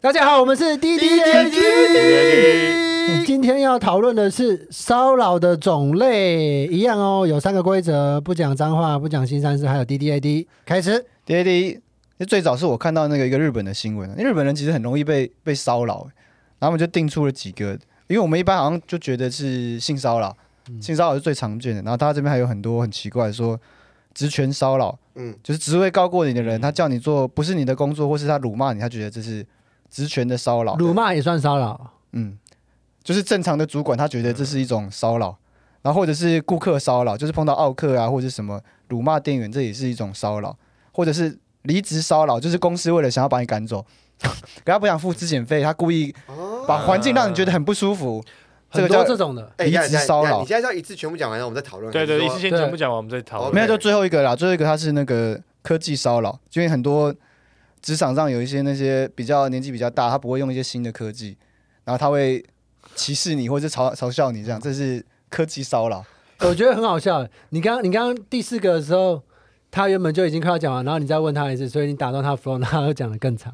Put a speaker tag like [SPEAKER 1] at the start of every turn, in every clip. [SPEAKER 1] 大家好，我们是滴滴
[SPEAKER 2] 滴滴滴
[SPEAKER 1] 今天要讨论的是骚扰的种类，一样哦，有三个规则：不讲脏话，不讲新三事，还有 D D A D。开始，
[SPEAKER 2] 滴滴，那最早是我看到那个一个日本的新闻，因为日本人其实很容易被被骚扰，然后我们就定出了几个，因为我们一般好像就觉得是性骚扰，性骚扰是最常见的，然后他这边还有很多很奇怪说职权骚扰，
[SPEAKER 3] 嗯
[SPEAKER 2] 嗯，就是职位高过你的人，他叫你做不是你的工作，或是他辱骂你，他觉得这是职权的骚扰，
[SPEAKER 1] 辱骂也算骚扰，
[SPEAKER 2] 嗯，就是正常的主管他觉得这是一种骚扰，然后或者是顾客骚扰，就是碰到奥客啊或者是什么辱骂店员，这也是一种骚扰，或者是离职骚扰，就是公司为了想要把你赶走， 可他不想付质检费，他故意把环境让你觉得很不舒服，
[SPEAKER 1] 很
[SPEAKER 2] 这个
[SPEAKER 1] 多
[SPEAKER 2] 叫
[SPEAKER 1] 这种的。
[SPEAKER 3] 哎，等一下
[SPEAKER 2] 离职骚扰
[SPEAKER 3] 等一下你现在要一次全部讲完了，我们再讨论。
[SPEAKER 4] 对对，
[SPEAKER 3] 还
[SPEAKER 4] 一
[SPEAKER 3] 是
[SPEAKER 4] 次
[SPEAKER 3] 说
[SPEAKER 4] 先全部讲完，我们再讨
[SPEAKER 3] 对
[SPEAKER 4] 论。
[SPEAKER 2] 没有就最后一个啦，最后一个他是那个科技骚扰，因为很多职场上有一些那些比较年纪比较大，他不会用一些新的科技，然后他会歧视你或者是嘲嘲笑你这样，这是科技骚扰。
[SPEAKER 1] 我觉得很好笑。你刚你刚刚第四个的时候，他原本就已经快要讲完，然后你再问他一次，所以你打断他 flow，然后他又讲的更长。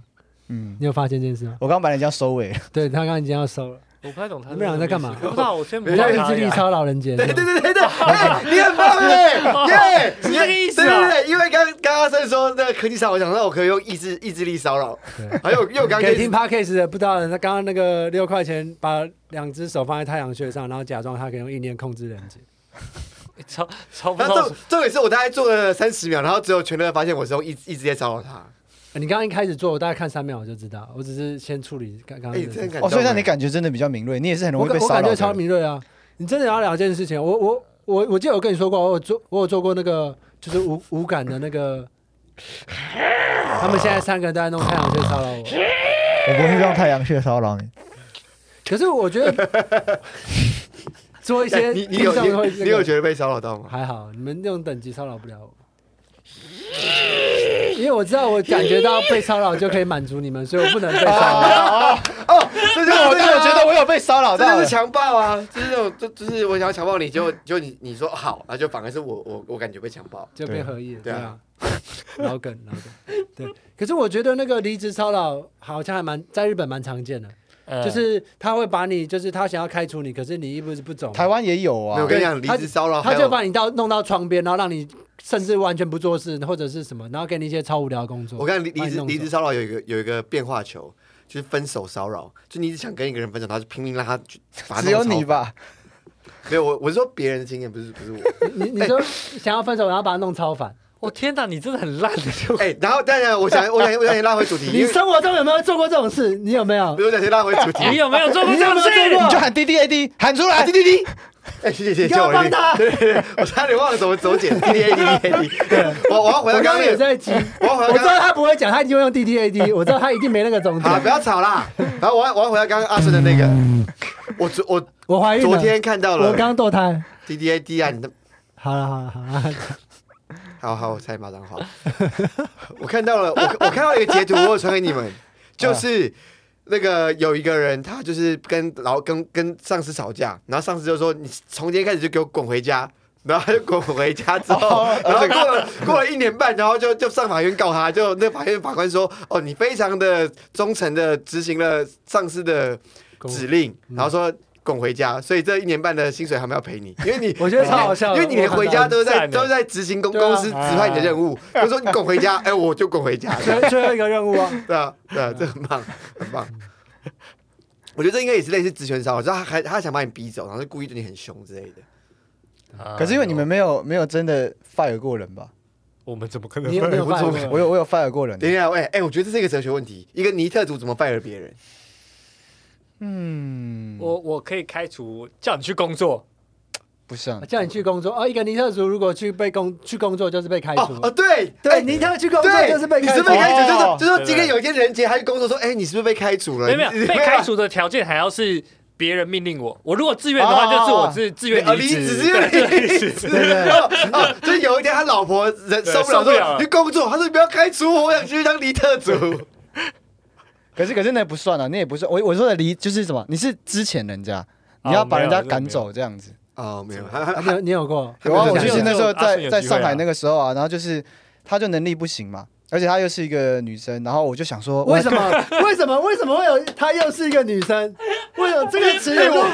[SPEAKER 2] 嗯，
[SPEAKER 1] 你有发现这件事吗？
[SPEAKER 2] 我刚把人家收尾，
[SPEAKER 1] 对他刚刚已经要收了，
[SPEAKER 4] 我不太懂他
[SPEAKER 1] 你们俩在干嘛
[SPEAKER 4] 我不知道，我先不
[SPEAKER 1] 不
[SPEAKER 4] 管
[SPEAKER 1] 要
[SPEAKER 4] 他
[SPEAKER 1] 意志力
[SPEAKER 4] 呀。
[SPEAKER 1] 骚扰人家。
[SPEAKER 3] 对对对对对，哎，你很棒哎，耶，
[SPEAKER 4] 是这个意思
[SPEAKER 3] 对对
[SPEAKER 4] 啊
[SPEAKER 3] 对，因为刚刚阿生说那个科技骚扰，我想到我可以用意志意志力骚扰，
[SPEAKER 1] 对
[SPEAKER 3] 还有又刚
[SPEAKER 1] 给听 podcast 的不知道的，他刚刚那个六块钱，把两只手放在太阳穴上，然后假装他可以用意念控制人机。
[SPEAKER 4] 超超不
[SPEAKER 3] 然
[SPEAKER 4] 知
[SPEAKER 3] 后
[SPEAKER 4] 道
[SPEAKER 3] 重重点是我大概做了三十秒，然后只有全乐发现我是用意意志在骚扰他，
[SPEAKER 1] 呃你刚刚一开始做，我大概看三秒我就知道，我只是先处理刚刚
[SPEAKER 3] 哎，
[SPEAKER 1] 的
[SPEAKER 3] 真的很感
[SPEAKER 2] 哦，
[SPEAKER 3] 动。
[SPEAKER 2] 所以让你感觉真的比较敏锐，你也是很容
[SPEAKER 1] 我
[SPEAKER 2] 易
[SPEAKER 1] 感
[SPEAKER 2] 被
[SPEAKER 1] 我
[SPEAKER 2] 骚
[SPEAKER 1] 感
[SPEAKER 2] 扰
[SPEAKER 1] 觉超
[SPEAKER 2] 的人。
[SPEAKER 1] 敏锐啊！你真的要聊这件事情，我我我我记得我跟你说过，我有做我有做过那个就是无无感的那个，他们现在三个人都在弄太阳穴骚扰我。
[SPEAKER 2] 我不会用太阳穴骚扰你，
[SPEAKER 1] 可是我觉得 做一些
[SPEAKER 3] 哎你你有
[SPEAKER 1] 听众会
[SPEAKER 3] 你
[SPEAKER 1] 这个
[SPEAKER 3] 你有觉得被骚扰到吗？
[SPEAKER 1] 还好，你们那种等级骚扰不了我， 因为我知道我感觉到被骚扰就可以满足你们，所以我不能被骚扰。
[SPEAKER 3] 哦，这就是
[SPEAKER 2] 我但我觉得我有被骚扰
[SPEAKER 3] 这
[SPEAKER 2] 到
[SPEAKER 3] 就
[SPEAKER 2] 了
[SPEAKER 3] 是。强暴啊！就是那种，就就是我想要强暴你，结果结果你你说好，然后就反而是我我我感觉被强暴。
[SPEAKER 1] 就被合意了，对
[SPEAKER 3] 对
[SPEAKER 1] 啊
[SPEAKER 3] 啊，
[SPEAKER 1] 老梗老梗，对。可是我觉得那个离职骚扰好像还蛮在日本蛮常见的，
[SPEAKER 4] 呃
[SPEAKER 1] 就是他会把你，就是他想要开除你，可是你一步是不走嘛，
[SPEAKER 2] 台湾也有
[SPEAKER 3] 没有
[SPEAKER 2] 啊
[SPEAKER 3] 我，跟
[SPEAKER 1] 对
[SPEAKER 3] 你讲，离职骚扰
[SPEAKER 1] 他
[SPEAKER 3] 还
[SPEAKER 1] 就
[SPEAKER 3] 有
[SPEAKER 1] 把你到弄到窗边，然后让你甚至完全不做事或者是什么，然后给你一些超无聊的工作。
[SPEAKER 3] 我跟你讲
[SPEAKER 1] 嗯
[SPEAKER 3] 离
[SPEAKER 1] 把你
[SPEAKER 3] 离职
[SPEAKER 1] 弄走
[SPEAKER 3] 离职骚扰有一个有一个变化球，就是分手骚扰，就你一直想跟一个人分手，他就拼命让他去把他
[SPEAKER 2] 只有
[SPEAKER 3] 弄
[SPEAKER 2] 你
[SPEAKER 3] 超
[SPEAKER 2] 吧？
[SPEAKER 3] 烦。没有我我是说别人的经验，不是不是我。
[SPEAKER 1] 你你说想要分手，然后把他弄超烦。
[SPEAKER 4] 我天哪，你真的很烂的，就
[SPEAKER 3] 哎、然后当然我想我想我想先拉回主题，
[SPEAKER 1] 你
[SPEAKER 3] 因为
[SPEAKER 1] 生活中有没有做过这种事？你有没有？
[SPEAKER 3] 我想先拉回主
[SPEAKER 4] 你
[SPEAKER 3] 题。
[SPEAKER 4] 有没有做过这种事？
[SPEAKER 1] 你有没有做过
[SPEAKER 2] 你就喊 D D A D 喊出
[SPEAKER 3] 啊，
[SPEAKER 2] 来
[SPEAKER 3] 滴，滴滴！哎、谢谢谢谢，
[SPEAKER 1] 你干嘛啊
[SPEAKER 3] 叫我
[SPEAKER 1] 帮
[SPEAKER 3] 一遍
[SPEAKER 1] 他
[SPEAKER 3] 对对对，我差点忘了怎么怎么 剪滴滴 A 滴滴 A 滴。我我要回到
[SPEAKER 1] 我刚
[SPEAKER 3] 刚刚
[SPEAKER 1] 刚
[SPEAKER 3] 那
[SPEAKER 1] 也
[SPEAKER 3] 个，
[SPEAKER 1] 在急，我
[SPEAKER 3] 我要回到
[SPEAKER 1] 知
[SPEAKER 3] 刚刚
[SPEAKER 1] 道他不会讲，他一定会用 D D A D，我知道他一定没那个种子
[SPEAKER 3] 好。了，不要吵啦。然后我要我要回到刚刚阿顺的那个，我昨我
[SPEAKER 1] 我怀孕了，
[SPEAKER 3] 昨天看到
[SPEAKER 1] 哎我
[SPEAKER 3] 了
[SPEAKER 1] 刚堕胎。
[SPEAKER 3] D D A D 啊，你的
[SPEAKER 1] 好了好了好 了，
[SPEAKER 3] 好好，我猜马上好。 我看到了，我我看到了一个截图，我有传给你 们，就是那个有一个人，他就是跟老跟跟上司吵架，然后上司就说：“你从今天开始就给我滚回家。”然后他就滚回家之后，哦 然后过了过了一年半，然后就就上法院告他，就那法院法官说：“哦，你非常的忠诚的执行了上司的指令，然后说滚回家，所以这一年半的薪水他们要赔你，因为你
[SPEAKER 1] 我觉得超好笑的
[SPEAKER 3] 因为你连回家都是在
[SPEAKER 4] 我看欸到
[SPEAKER 3] 都是在执行公
[SPEAKER 1] 对啊
[SPEAKER 3] 公司指派你的任务，
[SPEAKER 4] 啊
[SPEAKER 3] 就说你滚回家，哎，我就滚回家，
[SPEAKER 1] 最最后一个任 务啊，
[SPEAKER 3] 对啊，对啊，这很棒，很棒。我觉得这应该也是类似职权骚扰，就他还他想把你逼走，然后就故意对你很凶之类的。
[SPEAKER 4] 啊
[SPEAKER 2] 可是因为你们没有没有真的 fire 过人吧？
[SPEAKER 4] 我们怎么可能
[SPEAKER 1] 你有没有
[SPEAKER 3] 我
[SPEAKER 1] 犯
[SPEAKER 3] 怎么
[SPEAKER 1] 过？
[SPEAKER 2] 我有我有 fire 过人，啊
[SPEAKER 3] 等一下，哎哎，我觉得这是一个哲学问题，一个尼特族怎么 fire 别人？
[SPEAKER 2] 嗯，
[SPEAKER 4] 我我可以开除，叫你去工作。
[SPEAKER 2] 不像
[SPEAKER 1] 叫你去工作哦，一个尼特族如果去被工去工作就是被开除
[SPEAKER 3] 哦，哦，对
[SPEAKER 1] 对，尼特去工作
[SPEAKER 3] 对，
[SPEAKER 1] 就是被
[SPEAKER 3] 你
[SPEAKER 1] 开
[SPEAKER 3] 是
[SPEAKER 1] 除
[SPEAKER 3] 被。开除，就是
[SPEAKER 2] 哦
[SPEAKER 3] 就是说
[SPEAKER 4] 对对
[SPEAKER 3] 今天有一天人杰，他去工作说，哎，你是不是被开除了？
[SPEAKER 4] 没有没有
[SPEAKER 3] 你，啊
[SPEAKER 4] 被 开除的条件还要是别人命令我。我如果自愿的话，
[SPEAKER 2] 哦哦
[SPEAKER 4] 就是我是自愿
[SPEAKER 3] 啊，
[SPEAKER 4] 离
[SPEAKER 3] 离
[SPEAKER 4] 职
[SPEAKER 3] 职，是因为离职，哦哦，就是有一天他老婆忍
[SPEAKER 4] 对
[SPEAKER 3] 受不了，
[SPEAKER 4] 受不了
[SPEAKER 3] 说
[SPEAKER 4] 了
[SPEAKER 3] 你去工作，他说你不要开除我，我想去当尼特族。
[SPEAKER 2] 可是可是那不算啊，那也不算。我我说的离就是什么？你是之前人家，
[SPEAKER 4] 哦
[SPEAKER 2] 你要把人家赶走这样子。
[SPEAKER 3] 哦，没有，还还
[SPEAKER 1] 啊你有你有过？
[SPEAKER 3] 没
[SPEAKER 2] 有
[SPEAKER 3] 有
[SPEAKER 2] 啊，
[SPEAKER 3] 这
[SPEAKER 2] 我
[SPEAKER 3] 样
[SPEAKER 2] 就是那时候
[SPEAKER 4] 阿顺
[SPEAKER 2] 在
[SPEAKER 4] 有
[SPEAKER 2] 在
[SPEAKER 4] 机会啊
[SPEAKER 2] 上海那个时候啊，然后就是他就能力不行嘛，而且她又是一个女生，然后我就想说，
[SPEAKER 1] 为什么？为什么？为什么会有她又是一个女生？为什么这个词有 多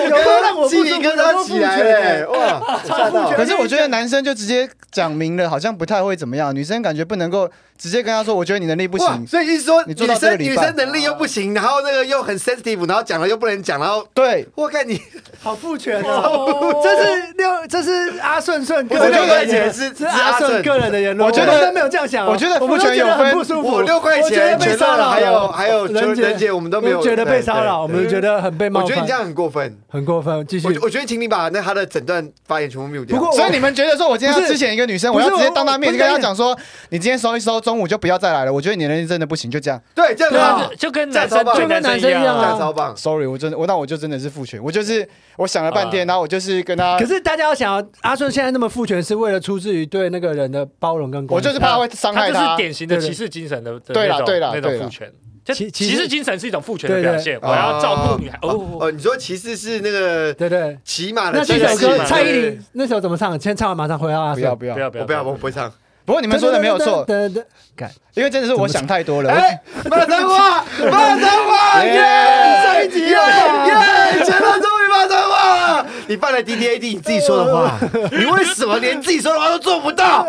[SPEAKER 1] 有多让我不
[SPEAKER 3] 哎鸡
[SPEAKER 1] 舒
[SPEAKER 3] 皮
[SPEAKER 1] 服？
[SPEAKER 3] 疙
[SPEAKER 1] 有多
[SPEAKER 3] 瘩
[SPEAKER 1] 不
[SPEAKER 3] 起来
[SPEAKER 1] 觉
[SPEAKER 3] 了、
[SPEAKER 1] 得
[SPEAKER 3] 哇！吓到
[SPEAKER 1] 觉
[SPEAKER 2] 可是我觉得男生就直接讲明了，好像不太会怎么样。女生感觉不能够直接跟他说，我觉得你能力不
[SPEAKER 3] 哇！
[SPEAKER 2] 行。
[SPEAKER 3] 所以就是说，
[SPEAKER 2] 你
[SPEAKER 3] 女
[SPEAKER 2] 做到这个
[SPEAKER 3] 生
[SPEAKER 2] 礼
[SPEAKER 3] 女
[SPEAKER 2] 拜
[SPEAKER 3] 生能力又不
[SPEAKER 1] 啊
[SPEAKER 3] 行，然后那个又很 sensitive，然后讲了又不能讲，然后
[SPEAKER 2] 对，
[SPEAKER 3] 我看你，
[SPEAKER 1] 好父权哦！这是六，这是阿顺顺个
[SPEAKER 3] 我
[SPEAKER 1] 人
[SPEAKER 3] 六
[SPEAKER 1] 的
[SPEAKER 3] 块
[SPEAKER 1] 言论，
[SPEAKER 3] 钱是
[SPEAKER 1] 是
[SPEAKER 3] 是
[SPEAKER 1] 阿
[SPEAKER 3] 阿
[SPEAKER 1] 顺
[SPEAKER 3] 顺
[SPEAKER 1] 个人的言论。
[SPEAKER 2] 我觉得
[SPEAKER 1] 们都没有这样想哦，
[SPEAKER 2] 我觉得
[SPEAKER 1] 我们都
[SPEAKER 2] 父权有
[SPEAKER 1] 觉得很
[SPEAKER 2] 分
[SPEAKER 1] 不舒服。
[SPEAKER 3] 我六块
[SPEAKER 1] 我觉得
[SPEAKER 3] 钱
[SPEAKER 1] 被
[SPEAKER 3] 全
[SPEAKER 1] 骚
[SPEAKER 3] 到
[SPEAKER 1] 扰
[SPEAKER 3] 了，
[SPEAKER 1] 了，
[SPEAKER 3] 还有还有人人杰，我们都没有
[SPEAKER 1] 觉得
[SPEAKER 3] 对
[SPEAKER 1] 被骚扰，
[SPEAKER 3] 对
[SPEAKER 1] 我们觉得很被冒
[SPEAKER 3] 我觉得
[SPEAKER 1] 犯
[SPEAKER 3] 你这，样很过分。
[SPEAKER 1] 很过分。继续
[SPEAKER 3] 我，我觉得，请你把那他的整段发言全部 mute 掉。
[SPEAKER 1] 不过
[SPEAKER 2] 所以你们觉得说我今天
[SPEAKER 1] 哦不
[SPEAKER 2] 要
[SPEAKER 1] 是
[SPEAKER 2] 之前一个女生，
[SPEAKER 1] 不
[SPEAKER 2] 我
[SPEAKER 1] 是
[SPEAKER 2] 要直接当她面
[SPEAKER 1] 我
[SPEAKER 2] 跟她讲说，你今天收一收，中午就不要再来了。我觉得你能力真的不行，就这样。
[SPEAKER 3] 对，这
[SPEAKER 4] 对
[SPEAKER 3] 样
[SPEAKER 4] 啊
[SPEAKER 3] 好，，
[SPEAKER 4] 就跟
[SPEAKER 3] 这样
[SPEAKER 4] 男生
[SPEAKER 3] 超棒
[SPEAKER 4] 对
[SPEAKER 1] 就跟
[SPEAKER 4] 男
[SPEAKER 1] 男
[SPEAKER 4] 生
[SPEAKER 1] 生一样
[SPEAKER 3] 这
[SPEAKER 1] 啊
[SPEAKER 3] 样超棒。
[SPEAKER 2] Sorry，我真的，我那我就真的是父权，我就是我想了半天，
[SPEAKER 4] 啊
[SPEAKER 2] 然后我就是跟她
[SPEAKER 1] 可，是大家要想哦，阿顺现在那么父权，是为了出自于对那个人的包容跟关
[SPEAKER 2] 我
[SPEAKER 1] 心
[SPEAKER 2] 就是怕会伤
[SPEAKER 4] 他
[SPEAKER 2] 害
[SPEAKER 4] 就是
[SPEAKER 2] 她。
[SPEAKER 4] 典型的
[SPEAKER 1] 对对
[SPEAKER 4] 骑士精神的的
[SPEAKER 2] 对啦
[SPEAKER 4] 那种
[SPEAKER 2] 对啦
[SPEAKER 4] 那种
[SPEAKER 2] 对啦
[SPEAKER 4] 父权。就
[SPEAKER 1] 其其
[SPEAKER 4] 骑
[SPEAKER 1] 实
[SPEAKER 4] 士精神是一种父权的
[SPEAKER 1] 对对
[SPEAKER 4] 表现，我要照顾女孩。哦，
[SPEAKER 3] 哦，你说骑士是那个
[SPEAKER 1] 对对。
[SPEAKER 3] 骑马的
[SPEAKER 1] 那这
[SPEAKER 3] 骑
[SPEAKER 4] 这
[SPEAKER 1] 首
[SPEAKER 4] 个
[SPEAKER 1] 歌
[SPEAKER 4] 是
[SPEAKER 1] 蔡依林那首怎么唱？先唱完马上回到阿
[SPEAKER 2] 不要
[SPEAKER 1] 顺。
[SPEAKER 2] 不
[SPEAKER 4] 不
[SPEAKER 2] 要，
[SPEAKER 4] 要不
[SPEAKER 3] 我
[SPEAKER 4] 要
[SPEAKER 3] 不要，我不会唱。
[SPEAKER 2] 不过你们说的没有错，
[SPEAKER 1] 噔。噔噔噔
[SPEAKER 2] 因为真的是我想太多了。我
[SPEAKER 3] 哎，马上话，马上话，耶！
[SPEAKER 1] 上
[SPEAKER 3] 上
[SPEAKER 1] 一
[SPEAKER 3] 哎一
[SPEAKER 1] 集
[SPEAKER 3] 集
[SPEAKER 1] 了
[SPEAKER 3] 耶耶，前段终于马上话了。你办了 D D A D，你自己说的 话，你为什么连自己说的话都做不到？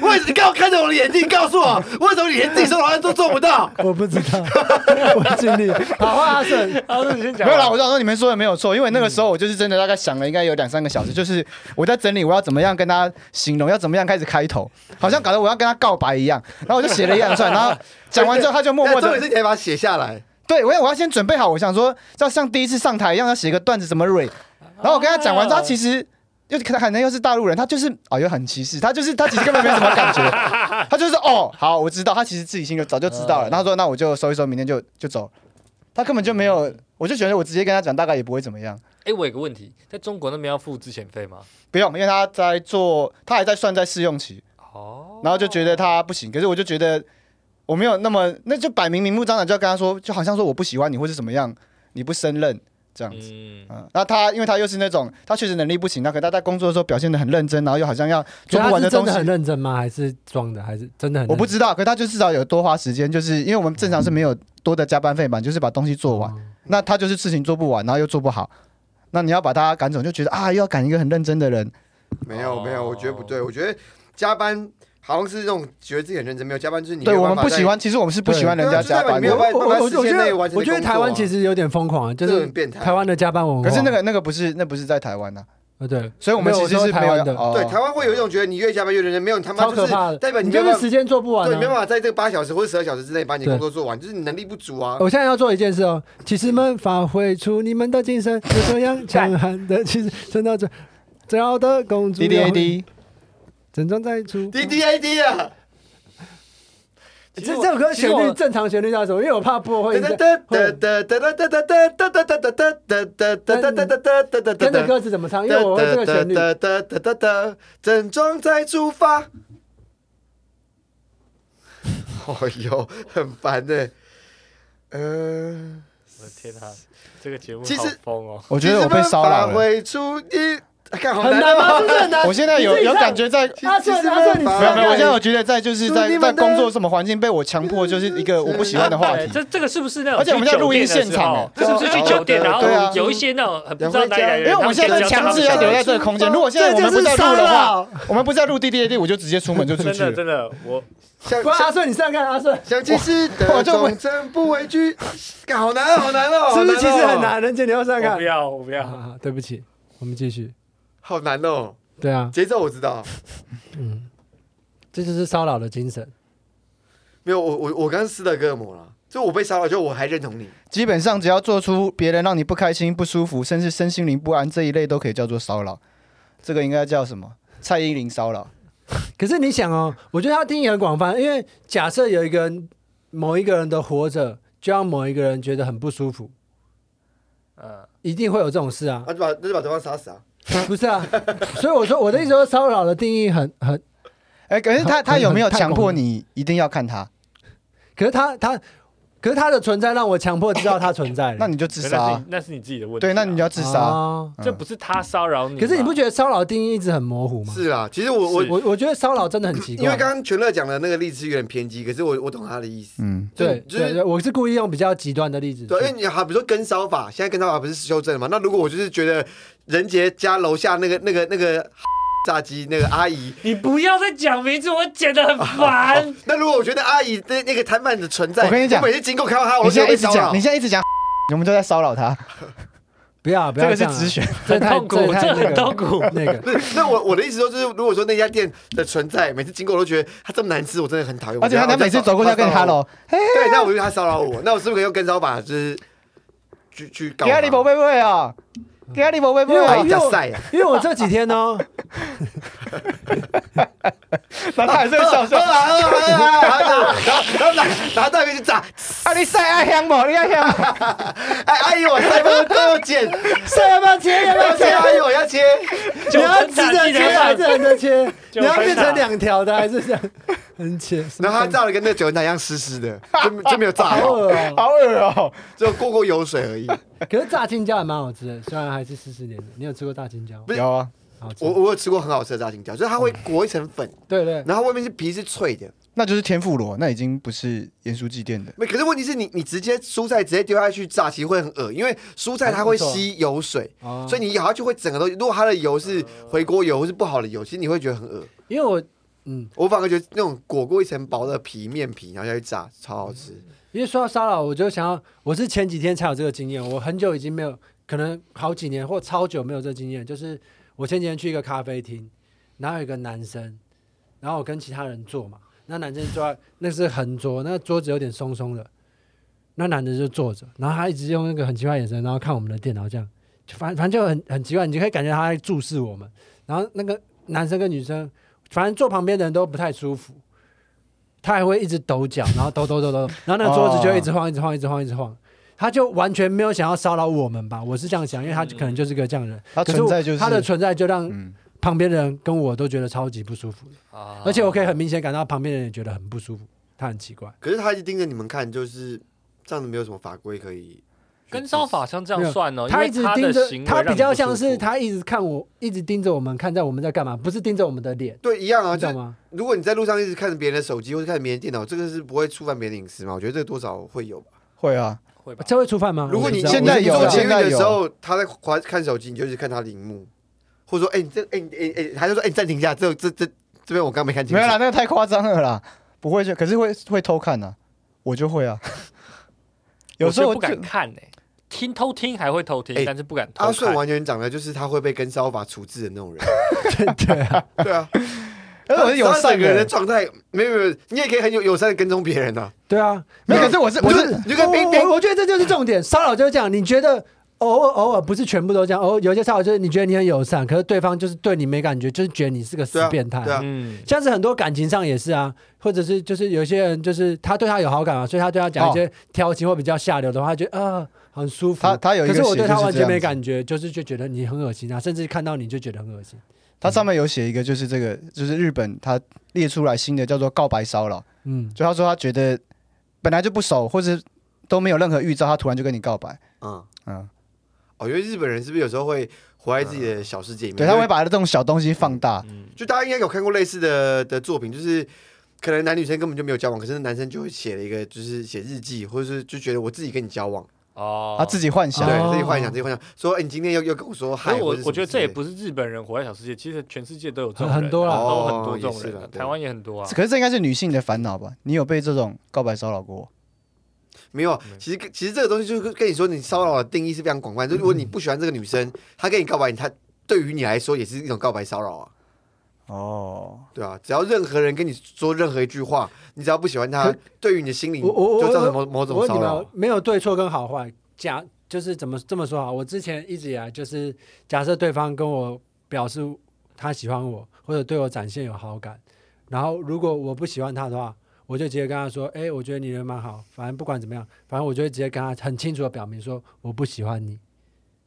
[SPEAKER 3] 为你告看着我的眼睛告诉我，为什么你连自己说的话都做不到？
[SPEAKER 1] 我不知道， 我尽力。好，换阿顺。
[SPEAKER 4] 啊，那你先讲
[SPEAKER 2] 没有啦，
[SPEAKER 4] 吧
[SPEAKER 2] 我想说你们说的没有错，因为那个时候我就是真的大概想了应该有两三个小时，就是我在整理我要怎么样跟他形容，要怎么样开始开头，好像搞得我要跟他告白一样。然后我就写了一两串，然后讲完之后他就默默
[SPEAKER 3] 哎那重点
[SPEAKER 2] 的，
[SPEAKER 3] 是你还把它写下来。
[SPEAKER 2] 对我要我要先准备好，我想说要像第一次上台一样要写个段子怎么蕊。然后我跟他讲完之后，他其实。又可可能又是大陆人，他就是哦，又很歧视，他就是他其实根本没什么感觉， 他就是哦，好，我知道，他其实自己心里早就知道了。然后说那我就收一收，明天就就走，他根本就没有，我就觉得我直接跟他讲，大概也不会怎么样。
[SPEAKER 4] 哎，我有个问题，在中国那边要付之前费吗？
[SPEAKER 2] 不用，因为他在做，他还在算在试用期，
[SPEAKER 4] 哦，
[SPEAKER 2] 然后就觉得他不行。可是我就觉得我没有那么，那就摆明明目张胆就要跟他说，就好像说我不喜欢你或是怎么样，你不胜任这样子。
[SPEAKER 4] 嗯，
[SPEAKER 2] 嗯，那他因为他又是那种他确实能力不行，那可他在工作的时候表现的很认真，然后又好像要做不
[SPEAKER 1] 他
[SPEAKER 2] 完
[SPEAKER 1] 是真
[SPEAKER 2] 东西
[SPEAKER 1] 的，很认真吗？还是装的？还是真的很认真？
[SPEAKER 2] 我不知道。可他就至少有多花时间，就是因为我们正常是没有多的加班费嘛，
[SPEAKER 1] 嗯
[SPEAKER 2] 就是把东西
[SPEAKER 1] 哦
[SPEAKER 2] 做完。那他就是事情做不完，然后又做不好，那你要把他赶走，你就觉得啊，又要赶一个很认真的人。
[SPEAKER 3] 没有
[SPEAKER 4] 哦
[SPEAKER 3] 没有，我觉得不对，我觉得加班好像是那种觉得自己很认真，没有加班就是你
[SPEAKER 2] 对
[SPEAKER 3] 没有
[SPEAKER 2] 我们
[SPEAKER 3] 办法
[SPEAKER 2] 不
[SPEAKER 3] 在
[SPEAKER 2] 喜欢，其实我们是不
[SPEAKER 1] 对
[SPEAKER 2] 喜欢人
[SPEAKER 3] 对
[SPEAKER 2] 家
[SPEAKER 3] 啊就
[SPEAKER 2] 加
[SPEAKER 3] 代表
[SPEAKER 2] 班
[SPEAKER 3] 你没
[SPEAKER 2] 的
[SPEAKER 3] 有。办法
[SPEAKER 1] 我我
[SPEAKER 3] 办
[SPEAKER 1] 我
[SPEAKER 3] 法
[SPEAKER 1] 我
[SPEAKER 3] 时
[SPEAKER 1] 觉
[SPEAKER 3] 间内
[SPEAKER 1] 得
[SPEAKER 3] 完成
[SPEAKER 1] 我觉得
[SPEAKER 3] 工作啊
[SPEAKER 1] 台湾其实有点疯狂，就
[SPEAKER 3] 这
[SPEAKER 1] 是
[SPEAKER 3] 很变态。
[SPEAKER 1] 台湾的加班文化。
[SPEAKER 2] 可是那个那个不是那不是在台湾呐，
[SPEAKER 1] 呃对，
[SPEAKER 2] 所以我们
[SPEAKER 1] 没有
[SPEAKER 2] 其实
[SPEAKER 1] 我
[SPEAKER 2] 是
[SPEAKER 1] 说台
[SPEAKER 2] 没有
[SPEAKER 1] 湾的
[SPEAKER 2] 哦
[SPEAKER 3] 对台湾会有一种觉得你越加班越认真，没有你他妈
[SPEAKER 1] 超可
[SPEAKER 3] 就是
[SPEAKER 1] 怕的，
[SPEAKER 3] 代表你
[SPEAKER 1] 你
[SPEAKER 3] 没有
[SPEAKER 1] 就
[SPEAKER 3] 办
[SPEAKER 1] 是
[SPEAKER 3] 法
[SPEAKER 1] 时间做不完
[SPEAKER 3] 对，你没有
[SPEAKER 1] 啊。
[SPEAKER 3] 办法在这个八小时或十二小时之内把你的
[SPEAKER 1] 对
[SPEAKER 3] 工作做完，就是你能力不足啊。
[SPEAKER 1] 我现在要做一件事哦，骑士们发挥出你们的精神，就这样强悍的骑士，升到这，最好的公主
[SPEAKER 2] D D A D，
[SPEAKER 1] 整装再出。
[SPEAKER 3] D D A D 啊，
[SPEAKER 1] 这这首歌旋
[SPEAKER 4] 其实
[SPEAKER 1] 律
[SPEAKER 4] 我
[SPEAKER 1] 正常旋律叫什么？因为我怕播会
[SPEAKER 3] 哒
[SPEAKER 1] 影响
[SPEAKER 3] 哒哒哒哒哒哒哒哒哒哒哒哒哒哒哒哒哒哒哒哒哒哒
[SPEAKER 1] 跟着歌词怎么唱？因为我会这个旋律。
[SPEAKER 3] 哒哒哒哒哒，整装再出发。哎呦，很烦的。嗯，
[SPEAKER 4] 我的天啊，这个节目
[SPEAKER 3] 其实
[SPEAKER 4] 好疯哦。
[SPEAKER 2] 我觉得我被骚扰
[SPEAKER 3] 发
[SPEAKER 2] 了。
[SPEAKER 3] 挥出一，看好
[SPEAKER 1] 很
[SPEAKER 3] 难
[SPEAKER 1] 难吗？
[SPEAKER 3] 哦
[SPEAKER 1] 是不是很难？
[SPEAKER 2] 我现在有
[SPEAKER 1] 你自己
[SPEAKER 2] 有
[SPEAKER 1] 唱
[SPEAKER 2] 感。觉在，没
[SPEAKER 1] 阿
[SPEAKER 3] 其
[SPEAKER 1] 顺，
[SPEAKER 3] 实
[SPEAKER 1] 阿顺，你
[SPEAKER 3] 没有
[SPEAKER 2] 有没有，我
[SPEAKER 3] 哎
[SPEAKER 2] 现在我觉得在就是
[SPEAKER 3] 祝你
[SPEAKER 2] 在
[SPEAKER 3] 们
[SPEAKER 2] 在
[SPEAKER 3] 的
[SPEAKER 2] 工作什么环境被我强迫，就是一个我不喜欢的话
[SPEAKER 4] 哎
[SPEAKER 2] 题。
[SPEAKER 4] 这这个是不是那种？
[SPEAKER 2] 而且我们在录音现场哎
[SPEAKER 4] 这是不是去酒店？
[SPEAKER 3] 对
[SPEAKER 4] 然
[SPEAKER 3] 啊
[SPEAKER 4] 后
[SPEAKER 2] 对啊
[SPEAKER 4] 有一些那种很不知道哪里来的人，
[SPEAKER 2] 因为我们现在
[SPEAKER 4] 他
[SPEAKER 2] 强制要留在这个空间，如果现在我们不在录的话，我们不在录 D D A D，我就直接出门就出
[SPEAKER 4] 真
[SPEAKER 2] 去
[SPEAKER 4] 的
[SPEAKER 2] 了。
[SPEAKER 4] 真的，我
[SPEAKER 3] 想
[SPEAKER 1] 不是阿
[SPEAKER 3] 想
[SPEAKER 1] 顺，你上看阿顺，
[SPEAKER 3] 想骑士
[SPEAKER 2] 我
[SPEAKER 3] 的
[SPEAKER 2] 就不
[SPEAKER 3] 忠贞不畏惧，看好难哦好难 哦，
[SPEAKER 1] 是不是其
[SPEAKER 3] 好
[SPEAKER 1] 实
[SPEAKER 3] 哦
[SPEAKER 1] 很？难？人家你要上
[SPEAKER 4] 我
[SPEAKER 1] 看
[SPEAKER 4] 不。要我不
[SPEAKER 1] 啊
[SPEAKER 4] 要。
[SPEAKER 1] 啊对不起，我们继续。
[SPEAKER 3] 好难哦，
[SPEAKER 1] 对啊，
[SPEAKER 3] 节奏我知道。
[SPEAKER 1] 这就是骚扰的精神。
[SPEAKER 3] 没有，我我我刚刚斯德哥尔摩了，就我被骚扰，就我还认同你。
[SPEAKER 2] 基本上只要做出别人让你不开心、不舒服，甚至身心灵不安这一类，都可以叫做骚扰。这个应该叫什么？蔡依林骚扰。
[SPEAKER 1] 可是你想哦，我觉得他定义很广泛，因为假设有一个人，某一个人的活着，就让某一个人觉得很不舒服，
[SPEAKER 4] 嗯，
[SPEAKER 1] 一定会有这种事 啊，
[SPEAKER 3] 那就把那就把对方杀死啊！
[SPEAKER 1] 不是啊？所以我说我的意思说，骚扰的定义很很，
[SPEAKER 2] 哎、可是他
[SPEAKER 1] 很
[SPEAKER 2] 他有没有强
[SPEAKER 1] 很太
[SPEAKER 2] 迫
[SPEAKER 1] 广了
[SPEAKER 2] 你一定要看他？
[SPEAKER 1] 可是他他可是他的存在让我强迫知道他存在了。
[SPEAKER 2] 那你就自
[SPEAKER 4] 对
[SPEAKER 2] 杀
[SPEAKER 4] 那是
[SPEAKER 2] 啊
[SPEAKER 4] 你，那是你自己的问题啊。
[SPEAKER 2] 对，那你就要自杀。
[SPEAKER 1] 哦
[SPEAKER 2] 嗯
[SPEAKER 4] 这不是他骚扰你吗，
[SPEAKER 1] 可是你不觉得骚扰定义一直很模糊吗？
[SPEAKER 3] 是啊，其实我我
[SPEAKER 4] 是
[SPEAKER 1] 我我觉得骚扰真的很嗯奇怪，
[SPEAKER 3] 因为刚刚全乐讲的那个例子有点偏激，可是我我懂他的意思。
[SPEAKER 2] 嗯，
[SPEAKER 3] 就
[SPEAKER 1] 对
[SPEAKER 3] 就
[SPEAKER 1] 对
[SPEAKER 3] 是
[SPEAKER 1] 对，我是故意用比较极端的例子去。
[SPEAKER 3] 对，因为你好，比如说跟骚法，现在跟骚法不是修正了吗？那如果我就是觉得仁杰家楼下那个那个那个 炸鸡那个阿姨，
[SPEAKER 4] 你不要再讲名字，我剪得很烦。
[SPEAKER 3] 那如果我觉得阿姨的那个摊贩的存在，
[SPEAKER 2] 我跟你讲
[SPEAKER 3] 每次经过看到她，哦我
[SPEAKER 2] 你
[SPEAKER 3] 都觉
[SPEAKER 2] 现
[SPEAKER 3] 得
[SPEAKER 2] 在一
[SPEAKER 3] 被
[SPEAKER 2] 直
[SPEAKER 3] 骚扰
[SPEAKER 2] 讲，你。现在一直讲， 我们都在骚扰他，
[SPEAKER 1] 不要不
[SPEAKER 2] 这
[SPEAKER 1] 要
[SPEAKER 2] 个是
[SPEAKER 1] 样啊
[SPEAKER 2] 直选。
[SPEAKER 1] 这太
[SPEAKER 4] 很痛苦
[SPEAKER 1] 太
[SPEAKER 4] 这很
[SPEAKER 1] 那个
[SPEAKER 4] 痛苦
[SPEAKER 1] 那个
[SPEAKER 3] 不是，那我我的意思说，就是如果说那家店的存在，每次经过我都觉得他这么难吃，我真的很讨厌。
[SPEAKER 2] 而且他
[SPEAKER 3] 我觉
[SPEAKER 2] 他
[SPEAKER 3] 得
[SPEAKER 2] 每次走过去要跟你
[SPEAKER 3] 骚扰我
[SPEAKER 2] hello，
[SPEAKER 3] 对，那我觉得他骚扰我，那我是不是可以用跟骚法就是去去 告
[SPEAKER 2] 给
[SPEAKER 3] 他？
[SPEAKER 2] 他你宝贝贝啊，给他你宝贝贝
[SPEAKER 1] 因为
[SPEAKER 3] 哎
[SPEAKER 2] 啊
[SPEAKER 1] 我，
[SPEAKER 3] 呀塞 呀！
[SPEAKER 1] 因为我这几天哦呢，
[SPEAKER 2] 然后他还是会笑
[SPEAKER 3] 然
[SPEAKER 2] 笑。
[SPEAKER 3] 后然后然后然后然后到那边去炸，
[SPEAKER 2] 啊，你晒阿香不？你阿香吗，
[SPEAKER 3] 哎，阿姨我三分钟都剪，
[SPEAKER 1] 是要不要切？要不
[SPEAKER 3] 要
[SPEAKER 1] 要切？
[SPEAKER 3] 切阿姨我 要切，
[SPEAKER 1] 你要直着切还是横着切？
[SPEAKER 4] 就
[SPEAKER 1] 你要变
[SPEAKER 4] 分
[SPEAKER 1] 成
[SPEAKER 4] 叉
[SPEAKER 1] 两条的还是这样横切？什么
[SPEAKER 3] 然后他
[SPEAKER 1] 东西
[SPEAKER 3] 炸的跟那九层塔一样湿湿的，就就没有炸
[SPEAKER 1] 好恶
[SPEAKER 3] 好，啊
[SPEAKER 1] 哦
[SPEAKER 2] 好恶哦！
[SPEAKER 3] 就过过油水而已。
[SPEAKER 1] 可是炸青椒也蛮好吃的，虽然还是四十年的。你有吃过炸青椒？
[SPEAKER 3] 不是
[SPEAKER 2] 有啊，
[SPEAKER 1] 好吃
[SPEAKER 3] 我。我有吃过很好吃的炸青椒，就是它会裹一层粉，
[SPEAKER 1] 对对，
[SPEAKER 3] 然后外面是皮是脆的。
[SPEAKER 2] 那就是天妇罗，那已经不是盐酥鸡店的。
[SPEAKER 3] 没，可是问题是你你直接蔬菜直接丢下去炸，其实会很恶，因为蔬菜它会吸油水，
[SPEAKER 1] 哦
[SPEAKER 3] 所以你咬下去会整个都。如果它的油是回锅油或是不好的油，其实你会觉得很恶。
[SPEAKER 1] 因为我嗯，
[SPEAKER 3] 我反而觉得那种裹过一层薄的皮面皮，然后下去炸，超好吃。
[SPEAKER 1] 因为说到骚扰，我就想要，我是前几天才有这个经验，我很久已经没有，可能好几年或超久没有这经验。就是我前几天去一个咖啡厅，然后有一个男生，然后我跟其他人坐嘛，那男生坐在那是横桌，那桌子有点松松的，那男的就坐着，然后他一直用那个很奇怪的眼神，然后看我们的电脑这样，就反反正就很很奇怪，你就可以感觉他在注视我们。然后那个男生跟女生，反正坐旁边的人都不太舒服，他还会一直抖脚，然后抖抖抖抖，然后那个桌子就一直晃，一直晃，一直晃，一直晃。他就完全没有想要骚扰我们吧，我是这样想，因为
[SPEAKER 4] 嗯
[SPEAKER 1] 他就可能就是个这样的人。
[SPEAKER 2] 他
[SPEAKER 1] 可是
[SPEAKER 2] 存
[SPEAKER 1] 我
[SPEAKER 2] 在就是
[SPEAKER 1] 他的存在就让
[SPEAKER 2] 嗯，
[SPEAKER 1] 旁边的人跟我都觉得超级不舒服的，
[SPEAKER 4] 啊
[SPEAKER 1] 哦而且我可以很明显感到旁边的人也觉得很不舒服，他很奇怪。
[SPEAKER 3] 可是他一直盯着你们看，就是这样子，没有什么法规可以。
[SPEAKER 4] 跟骚法像这样算哦，
[SPEAKER 1] 他
[SPEAKER 4] 因
[SPEAKER 1] 一
[SPEAKER 4] 为
[SPEAKER 1] 直
[SPEAKER 4] 他
[SPEAKER 1] 盯
[SPEAKER 4] 的
[SPEAKER 1] 着
[SPEAKER 4] 行，为
[SPEAKER 1] 他
[SPEAKER 4] 让你
[SPEAKER 1] 比较
[SPEAKER 4] 不
[SPEAKER 1] 像
[SPEAKER 4] 舒
[SPEAKER 1] 是
[SPEAKER 4] 服
[SPEAKER 1] 他一直看我，一直盯着我们，看在我们在干嘛，不是盯着我们的脸，
[SPEAKER 3] 对，一样啊。
[SPEAKER 1] 你知
[SPEAKER 3] 就
[SPEAKER 1] 道吗？
[SPEAKER 3] 如果你在路上一直看着别人的手机或者看着别人的电脑，这个是不会触犯别人的隐私吗？我觉得这个多少会有吧。
[SPEAKER 2] 会啊，
[SPEAKER 4] 会吧？
[SPEAKER 1] 这会触犯吗？
[SPEAKER 3] 如果
[SPEAKER 1] 我不
[SPEAKER 3] 你
[SPEAKER 1] 知道
[SPEAKER 2] 现在
[SPEAKER 3] 你
[SPEAKER 2] 有
[SPEAKER 3] 坐捷
[SPEAKER 2] 现
[SPEAKER 3] 运
[SPEAKER 2] 在
[SPEAKER 3] 的时
[SPEAKER 2] 有
[SPEAKER 3] 候，他在滑看手机，你就是看他的荧幕，或者说，哎、你这，哎、你哎、哎、还是说，哎、你暂停一下，这这这这边我刚没看清
[SPEAKER 2] 没
[SPEAKER 3] 楚
[SPEAKER 2] 有。啦，那个太夸张了啦，不会就，可是会会偷看呐，我就会啊。有时候我
[SPEAKER 4] 我是不
[SPEAKER 2] 就
[SPEAKER 4] 敢看呢，听偷听还会偷
[SPEAKER 3] 哎
[SPEAKER 4] 听，但是不敢偷
[SPEAKER 3] 阿顺
[SPEAKER 4] 看。
[SPEAKER 3] 完全长得就是他会被跟骚法处置的那种人， 对啊，对啊，
[SPEAKER 2] 而且我是友
[SPEAKER 3] 他
[SPEAKER 2] 善
[SPEAKER 3] 整个人的
[SPEAKER 2] 的，
[SPEAKER 3] 状态，没有没有，你也可以很有友善的跟踪别人啊，
[SPEAKER 1] 对啊，
[SPEAKER 2] 没有，
[SPEAKER 1] 没有
[SPEAKER 2] 可是我是
[SPEAKER 3] 你
[SPEAKER 2] 我
[SPEAKER 3] 就是你就跟冰冰
[SPEAKER 1] 哦我我觉得这就是重点，骚扰就是这样。你觉得偶尔偶尔不是全部都这样，偶尔有些骚扰就是你觉得你很友善，可是对方就是对你没感觉，就是觉得你是个
[SPEAKER 3] 对
[SPEAKER 1] 死
[SPEAKER 3] 啊
[SPEAKER 1] 变态。
[SPEAKER 3] 对啊
[SPEAKER 4] 嗯，
[SPEAKER 1] 像是很多感情上也是啊，或者是就是有些人就是他对他有好感啊，所以他对他讲一些挑情或比较下流的话，他觉得啊、很舒服。
[SPEAKER 2] 他他有一
[SPEAKER 1] 可
[SPEAKER 2] 个
[SPEAKER 1] 是我对
[SPEAKER 2] 写就
[SPEAKER 1] 他
[SPEAKER 2] 是
[SPEAKER 1] 完
[SPEAKER 2] 这
[SPEAKER 1] 全
[SPEAKER 2] 样
[SPEAKER 1] 没
[SPEAKER 2] 子
[SPEAKER 1] 感觉，就是就觉得你很恶心啊，甚至看到你就觉得很恶心。
[SPEAKER 2] 它上面有写一个，就是这个，就是日本它列出来新的叫做告白骚扰，
[SPEAKER 1] 嗯，
[SPEAKER 2] 就他说他觉得本来就不熟，或是都没有任何预兆，他突然就跟你告白，
[SPEAKER 3] 嗯，
[SPEAKER 2] 嗯，
[SPEAKER 3] 哦，因为日本人是不是有时候会活在自己的小世界里面？
[SPEAKER 2] 对，他会把这种小东西放
[SPEAKER 1] 啊
[SPEAKER 2] 大，
[SPEAKER 4] 嗯
[SPEAKER 3] 就大家应该有看过类似的的作品，就是可能男女生根本就没有交往，可是男生就会写了一个，就是写日记，或者是就觉得我自己跟你交往，
[SPEAKER 4] 哦，
[SPEAKER 2] 他自己幻想，
[SPEAKER 1] 哦
[SPEAKER 3] 对自己幻想，自己幻想，说哎、你今天又又跟我说
[SPEAKER 4] 可
[SPEAKER 3] 嗨，
[SPEAKER 4] 是我
[SPEAKER 3] 或者什么
[SPEAKER 4] 我觉得这也
[SPEAKER 3] 之类的
[SPEAKER 4] 不是日本人活在小世界，其实全世界都有这种
[SPEAKER 1] 很
[SPEAKER 4] 人啊
[SPEAKER 1] 多啦
[SPEAKER 4] 都
[SPEAKER 3] 哦
[SPEAKER 4] 很多这
[SPEAKER 3] 也
[SPEAKER 4] 种
[SPEAKER 3] 是啦
[SPEAKER 4] 人啊，
[SPEAKER 3] 对
[SPEAKER 4] 台湾也很多啊。
[SPEAKER 2] 可是这应该是女性的烦恼吧？你有被这种告白骚扰过？
[SPEAKER 3] 没有。其实其实这个东西就是跟跟你说，你骚扰的定义是非常广泛。就如果你不喜欢这个女生，她跟你告白，你她对于你来说也是一种告白骚扰啊，
[SPEAKER 2] 哦，
[SPEAKER 3] 对啊，只要任何人跟你说任何一句话，你只要不喜欢他
[SPEAKER 1] 可，
[SPEAKER 3] 对于你的心灵
[SPEAKER 1] 我我我
[SPEAKER 3] 就造成
[SPEAKER 1] 我
[SPEAKER 3] 某某
[SPEAKER 1] 我
[SPEAKER 3] 种
[SPEAKER 1] 问你
[SPEAKER 3] 骚
[SPEAKER 1] 们
[SPEAKER 3] 扰
[SPEAKER 1] 啊
[SPEAKER 3] 啊。，
[SPEAKER 1] 没有对错跟好坏，假就是怎么这么说啊？我之前一直以来就是假设对方跟我表示他喜欢我，或者对我展现有好感，然后如果我不喜欢他的话，我就直接跟他说：“哎、我觉得你人蛮好，反正不管怎么样，反正我就会直接跟他很清楚的表明说我不喜欢你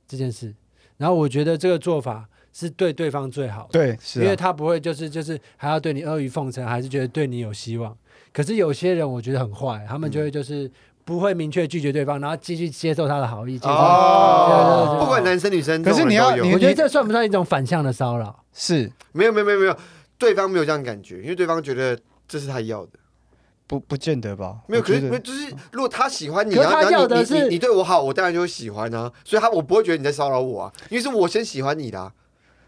[SPEAKER 1] 这件事。”然后我觉得这个做法是对对方最好的。
[SPEAKER 2] 对，是
[SPEAKER 1] 因为
[SPEAKER 2] 啊，
[SPEAKER 1] 他不会就是就是还要对
[SPEAKER 2] 嗯
[SPEAKER 1] 你阿谀奉承，还是觉得对你有希望。可是有些人我觉得很坏，他们就会就是不会明确拒绝对方，然后继续接受他的好意。
[SPEAKER 2] 哦
[SPEAKER 1] 接受对对
[SPEAKER 3] 哦
[SPEAKER 1] 对，对
[SPEAKER 3] 不管男生女生，
[SPEAKER 2] 可是你要
[SPEAKER 3] 这种人都
[SPEAKER 2] 你
[SPEAKER 3] 有
[SPEAKER 1] 我觉得这算不算一种反向的骚扰？
[SPEAKER 2] 是
[SPEAKER 3] 没有没有没有没有，对方没有这样的感觉，因为对方觉得这是他要的。
[SPEAKER 2] 不不见得吧？
[SPEAKER 3] 没有，
[SPEAKER 2] 我
[SPEAKER 3] 可
[SPEAKER 2] 觉
[SPEAKER 3] 是
[SPEAKER 2] 得
[SPEAKER 3] 没有就是如果他喜欢你，
[SPEAKER 1] 嗯可是
[SPEAKER 3] 然后
[SPEAKER 1] 他
[SPEAKER 3] 然后你
[SPEAKER 1] 要的
[SPEAKER 3] 你
[SPEAKER 1] 是
[SPEAKER 3] 你你对我好，我当然就会喜欢啊。所以他我不会觉得你在骚扰我啊，因为是我先喜欢你的、啊。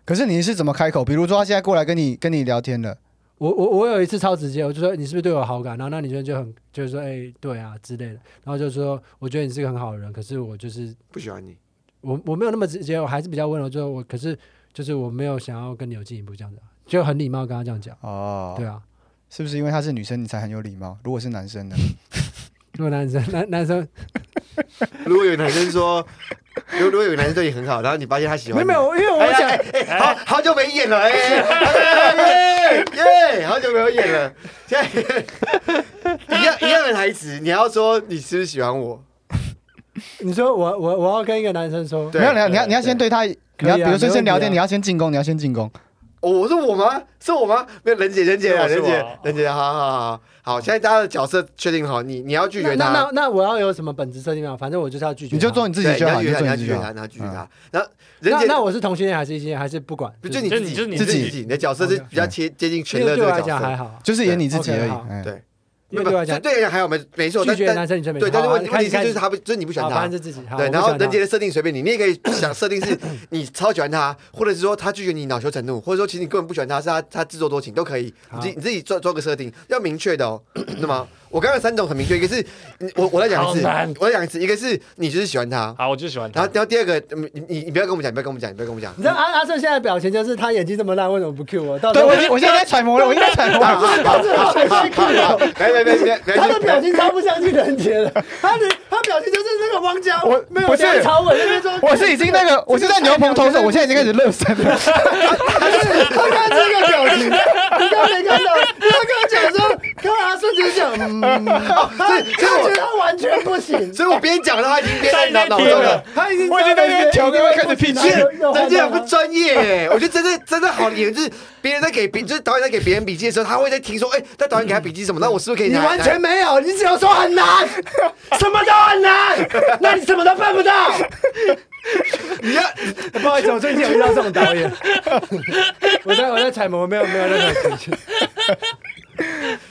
[SPEAKER 2] 可是你是怎么开口？比如说他现在过来跟你跟你聊天了，
[SPEAKER 1] 我我我有一次超直接，我就说你是不是对我有好感？然后那女生就很就是说哎、对啊之类的，然后就说我觉得你是个很好的人，可是我就是
[SPEAKER 3] 不喜欢你，
[SPEAKER 1] 我我没有那么直接，我还是比较温柔，就是我可是就是我没有想要跟你有进一步这样子，啊就很礼貌跟她这样讲。
[SPEAKER 2] 哦，
[SPEAKER 1] 对，啊，
[SPEAKER 2] 是不是因为她是女生你才很有礼貌？如果是男生呢？
[SPEAKER 1] 如果男生男男生
[SPEAKER 3] 如果有男生 说，如果如果有男生对你很好，然后你发现他喜
[SPEAKER 1] 没有
[SPEAKER 3] 欢你，
[SPEAKER 1] 没有，因为我想
[SPEAKER 3] 哎哎哎好好久没演了，哎哎，哎哎耶，好久没有 演了，现在一样一样的台词，你要说你是不是喜欢我？
[SPEAKER 1] 你说我我我要跟一个男生说，
[SPEAKER 3] 对
[SPEAKER 2] 没有，你要你要你要先对她，你
[SPEAKER 1] 可
[SPEAKER 2] 要
[SPEAKER 1] 以
[SPEAKER 2] 比
[SPEAKER 1] 啊
[SPEAKER 2] 如说先聊
[SPEAKER 1] 没
[SPEAKER 2] 天，
[SPEAKER 1] 问题啊
[SPEAKER 2] 你要先进攻，你要先进攻。
[SPEAKER 3] 哦，我是我吗？是我吗？没有，人姐，人姐啊，
[SPEAKER 4] 是
[SPEAKER 3] 人
[SPEAKER 4] 我是
[SPEAKER 3] 姐
[SPEAKER 4] 我，
[SPEAKER 3] 人姐，好好好好
[SPEAKER 1] 嗯
[SPEAKER 3] 好，现在大家的角色确定好，你你要拒
[SPEAKER 1] 那
[SPEAKER 3] 绝
[SPEAKER 1] 那
[SPEAKER 3] 他
[SPEAKER 1] 那，那我要有什么本质设定没有？反正我就是要拒绝他，
[SPEAKER 2] 你就做你自
[SPEAKER 3] 对，
[SPEAKER 2] 己
[SPEAKER 3] 你
[SPEAKER 2] 就
[SPEAKER 3] 要
[SPEAKER 2] 好，
[SPEAKER 3] 拒
[SPEAKER 2] 你就
[SPEAKER 3] 绝他，
[SPEAKER 2] 做
[SPEAKER 3] 你要
[SPEAKER 2] 你自
[SPEAKER 3] 拒
[SPEAKER 2] 己
[SPEAKER 3] 绝
[SPEAKER 2] 就
[SPEAKER 3] 他，
[SPEAKER 2] 好。
[SPEAKER 3] 你要拒绝
[SPEAKER 2] 嗯
[SPEAKER 3] 他，然后人
[SPEAKER 1] 那
[SPEAKER 3] 姐
[SPEAKER 1] 那。我是同性恋还是异性恋还是不管？
[SPEAKER 3] 就你
[SPEAKER 4] 就
[SPEAKER 3] 自
[SPEAKER 4] 是你
[SPEAKER 3] 己，
[SPEAKER 4] 就是你
[SPEAKER 3] 自
[SPEAKER 2] 自己
[SPEAKER 3] 己，你的角色是比较接接近全
[SPEAKER 1] 因
[SPEAKER 3] 乐
[SPEAKER 1] 为
[SPEAKER 3] 这
[SPEAKER 1] 对
[SPEAKER 3] 个
[SPEAKER 1] 我来
[SPEAKER 3] 角
[SPEAKER 1] 讲还
[SPEAKER 3] 色，
[SPEAKER 1] 好，
[SPEAKER 2] 就是演你自己而已。
[SPEAKER 1] 对，OK，好
[SPEAKER 2] 嗯
[SPEAKER 3] 对
[SPEAKER 1] 因为对我来
[SPEAKER 3] 就
[SPEAKER 1] 讲
[SPEAKER 3] 对人还有没没错，
[SPEAKER 1] 拒
[SPEAKER 3] 但
[SPEAKER 1] 绝的男
[SPEAKER 3] 但
[SPEAKER 1] 生女生没
[SPEAKER 3] 对，但是
[SPEAKER 1] 好啊
[SPEAKER 3] 问问
[SPEAKER 1] 开
[SPEAKER 3] 题
[SPEAKER 1] 始开
[SPEAKER 3] 是
[SPEAKER 1] 始
[SPEAKER 3] 就是他不，就是你不喜欢
[SPEAKER 1] 好
[SPEAKER 3] 他
[SPEAKER 1] 反正，是自己。好
[SPEAKER 3] 对，
[SPEAKER 1] 我不喜
[SPEAKER 3] 然后
[SPEAKER 1] 欢
[SPEAKER 3] 人
[SPEAKER 1] 他
[SPEAKER 3] 杰的设定随便你，你也可以想设定是你超喜欢他，或者是说他拒绝你恼羞成怒，或者说其实你根本不喜欢他，是他他自作多情都可以，你自己
[SPEAKER 1] 好
[SPEAKER 3] 你自己做做个设定，要明确的哦。那么我刚刚有三种很明确，一个是你我我再讲一次
[SPEAKER 4] 好难，
[SPEAKER 3] 我再讲一次，一个是你就是喜欢他，
[SPEAKER 4] 好，我就喜欢
[SPEAKER 3] 然
[SPEAKER 4] 他
[SPEAKER 3] 后。然后第二个嗯你你你不要跟我们讲，你不要跟我们讲，你不要跟我们讲
[SPEAKER 1] 你，知道阿阿顺现在的表情就是他演技这么烂，为什么不 Q 我？到底
[SPEAKER 2] 对，我已经我现在在揣摩了，我现在在揣摩了。
[SPEAKER 1] 到最后还是 Q 我。
[SPEAKER 3] 没没没没没
[SPEAKER 1] 他的表
[SPEAKER 3] 没。
[SPEAKER 1] 情超不相信人杰的，他的他表情就是那个汪家
[SPEAKER 2] 我
[SPEAKER 1] 没有
[SPEAKER 2] 不是
[SPEAKER 1] 梁朝伟那边说，
[SPEAKER 2] 我是已经那个，我是在牛棚投手，我现在已经开始热身了。
[SPEAKER 1] 他刚这个表情，你刚没看到？他跟我讲说，跟阿顺杰讲，嗯， 他他觉得他完全不行，
[SPEAKER 3] 所以我边讲他已经边在脑脑中了。
[SPEAKER 1] 他已经
[SPEAKER 2] 我已经在那 边调跟他开始拼
[SPEAKER 1] 气
[SPEAKER 3] 人人家不专业耶，我觉得真的真的好演，就是别人在给别，就是导演在给别人笔记的时候，他会在听说，哎，那导演给他笔记什么？那我是不是可以
[SPEAKER 1] 你
[SPEAKER 3] 拿？
[SPEAKER 1] 完全没有，你只有说很 难，什么都很难，那你什么都办不到。
[SPEAKER 3] 你要
[SPEAKER 1] 不好意思，我最近有遇到这种导 演，我在我在揣摩，没有没有任何情绪。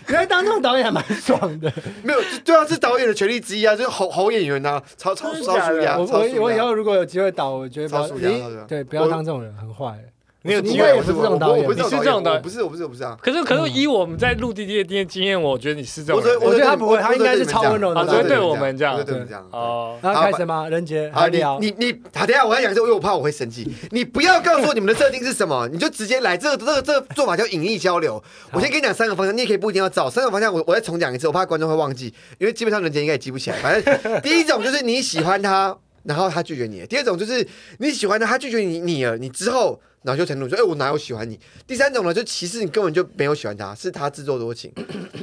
[SPEAKER 1] 原来当这种导演还蛮爽的，
[SPEAKER 3] 没有，就对啊，是导演的权利之一啊，就是好好演员呐，超超超舒压，
[SPEAKER 1] 我
[SPEAKER 3] 超舒
[SPEAKER 1] 我我以
[SPEAKER 3] 压。
[SPEAKER 1] 后如果有机会导，我觉得不要
[SPEAKER 3] 超舒压超舒压
[SPEAKER 1] 对，不要当这种人，很坏。
[SPEAKER 4] 你有
[SPEAKER 1] 你
[SPEAKER 4] 机
[SPEAKER 1] 应该
[SPEAKER 4] 会
[SPEAKER 1] 也
[SPEAKER 3] 我
[SPEAKER 1] 不是这种
[SPEAKER 3] 我
[SPEAKER 1] 导演
[SPEAKER 3] 我不是
[SPEAKER 1] 吧，
[SPEAKER 4] 你是这种导演
[SPEAKER 3] 我不是我不是我不是啊。
[SPEAKER 4] 可是可是以我们在陆地地的经经验，我觉得你是这种人
[SPEAKER 1] 嗯我觉得他
[SPEAKER 3] 对
[SPEAKER 1] 不会
[SPEAKER 3] 我
[SPEAKER 1] 他应该是超温柔的
[SPEAKER 3] 我
[SPEAKER 4] 啊只会对
[SPEAKER 3] 你
[SPEAKER 4] 我们这样
[SPEAKER 3] 我对我们这样。对
[SPEAKER 4] 哦。
[SPEAKER 1] 然后
[SPEAKER 3] 好
[SPEAKER 1] 开始吗？任杰，
[SPEAKER 3] 好，
[SPEAKER 1] 还
[SPEAKER 3] 你
[SPEAKER 1] 聊
[SPEAKER 3] 你你，好，等一下我要讲这个，因为我怕我会生气。你不要告诉我你们的设定是什么，你就直接来，这个这个这个做法叫隐逸交流。我先跟你讲三个方向，你也可以不一定要照三个方向我。我再重讲一次，我怕观众会忘记，因为基本上人家应该也记不起来。反正第一种就是你喜欢他，然后他拒绝你；第二种就是你喜欢他，他拒绝你你了，你之后恼羞成怒说：“哎、我哪有喜欢你？”第三种呢，就其实你根本就没有喜欢他，是他自作多情，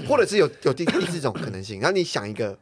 [SPEAKER 3] 或者是有有第第四种可能性。然后你想一个，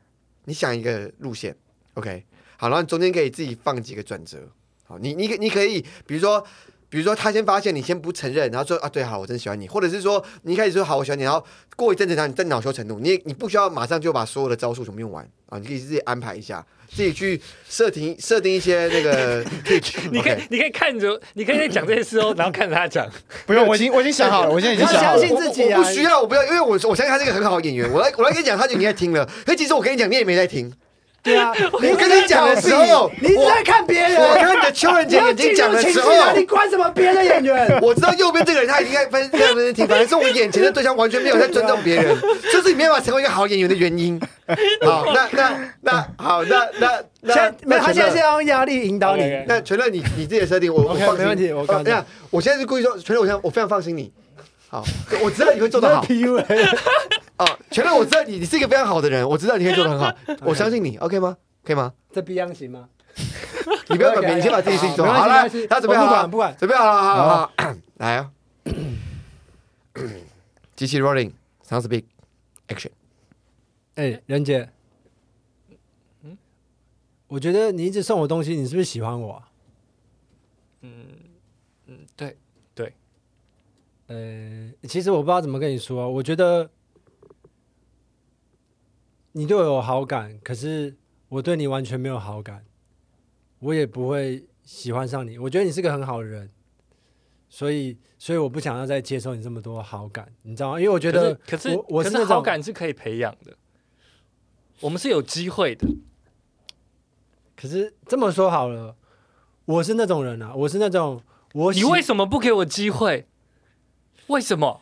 [SPEAKER 3] 你想一个路线，OK，好，然后你中间可以自己放几个转折。好，你你可你可以，比如说。比如说，他先发现你，先不承认，然后说啊，对，好，我真喜欢你，或者是说，你一开始说好，我喜欢你，然后过一阵子，然后你再恼羞成怒，你也你不需要马上就把所有的招数全部用完啊，你可以自己安排一下，自己去设定设定一些那个，可 以去
[SPEAKER 4] 你可以
[SPEAKER 3] OK
[SPEAKER 4] 你可以看着，你可以在讲这些事哦，然后看着他讲。
[SPEAKER 2] 不用，我已经我已经想好了，我现在已经想好
[SPEAKER 1] 相
[SPEAKER 2] 了
[SPEAKER 1] 信。自己啊
[SPEAKER 3] 我我不需要，我不要，因为我我相信他是一个很好的演员。我来我来跟你讲，他就已经在听了。可其实我跟你讲，你也没在听。
[SPEAKER 1] 对啊，
[SPEAKER 3] 我跟你讲的时候
[SPEAKER 1] 你一直在看别人，
[SPEAKER 3] 我看你的邱仁
[SPEAKER 1] 哎你
[SPEAKER 3] 杰
[SPEAKER 1] 要
[SPEAKER 3] 眼睛
[SPEAKER 1] 进
[SPEAKER 3] 讲
[SPEAKER 1] 入
[SPEAKER 3] 的
[SPEAKER 1] 情绪
[SPEAKER 3] 时候，
[SPEAKER 1] 啊，你管什么别的演员？
[SPEAKER 3] 我知道右边这个人他已经在分在认真听，反正是我眼前的对象完全没有在尊重 别人，这是你没办法成为一个好演员的原因。好，那那那好，那那
[SPEAKER 1] 现
[SPEAKER 3] 那
[SPEAKER 1] 在没有，他现在是
[SPEAKER 3] 那
[SPEAKER 1] 要用压力引导你。
[SPEAKER 4] OK，OK
[SPEAKER 3] 那全乐，你你自己的设定，我我
[SPEAKER 1] OK，
[SPEAKER 3] 放心，
[SPEAKER 1] 没问题我看
[SPEAKER 3] 这样，我现在是故意说，全乐，我想我非常放心你。好，我知道你会做 得好。
[SPEAKER 1] PUA，
[SPEAKER 3] 哦，全乐，我知道你，你是一个非常好的人，我知道你可以做得 很好，我相信你，OK 吗？可以吗？
[SPEAKER 1] 这 B 样行吗？
[SPEAKER 3] 你不要管别人，你先把自己事情做好。好
[SPEAKER 1] 没
[SPEAKER 3] 了
[SPEAKER 1] 关系没关系，
[SPEAKER 3] 他准备好
[SPEAKER 1] 我不
[SPEAKER 3] 了，
[SPEAKER 1] 管不管
[SPEAKER 3] 准备好了，好好好，来啊！ 机器 rolling，sound speak action。
[SPEAKER 1] 哎，任姐，嗯我觉得你一直送我东西，你是不是喜欢我啊？嗯
[SPEAKER 4] 对，
[SPEAKER 1] 啊呃，其实我不知道怎么跟你说，我觉得你对我有好感，可是我对你完全没有好感，我也不会喜欢上你。我觉得你是个很好的人，所以所以我不想要再接受你这么多好感，你知道吗？因为我觉得
[SPEAKER 4] 可是
[SPEAKER 1] 我我
[SPEAKER 4] 可
[SPEAKER 1] 是
[SPEAKER 4] 是
[SPEAKER 1] 那种
[SPEAKER 4] 好感是可以培养的，我们是有机会的。
[SPEAKER 1] 可是这么说好了，我是那种人啊，我是那种我
[SPEAKER 4] 你
[SPEAKER 1] 喜
[SPEAKER 4] 为什么不给我机会？为什么？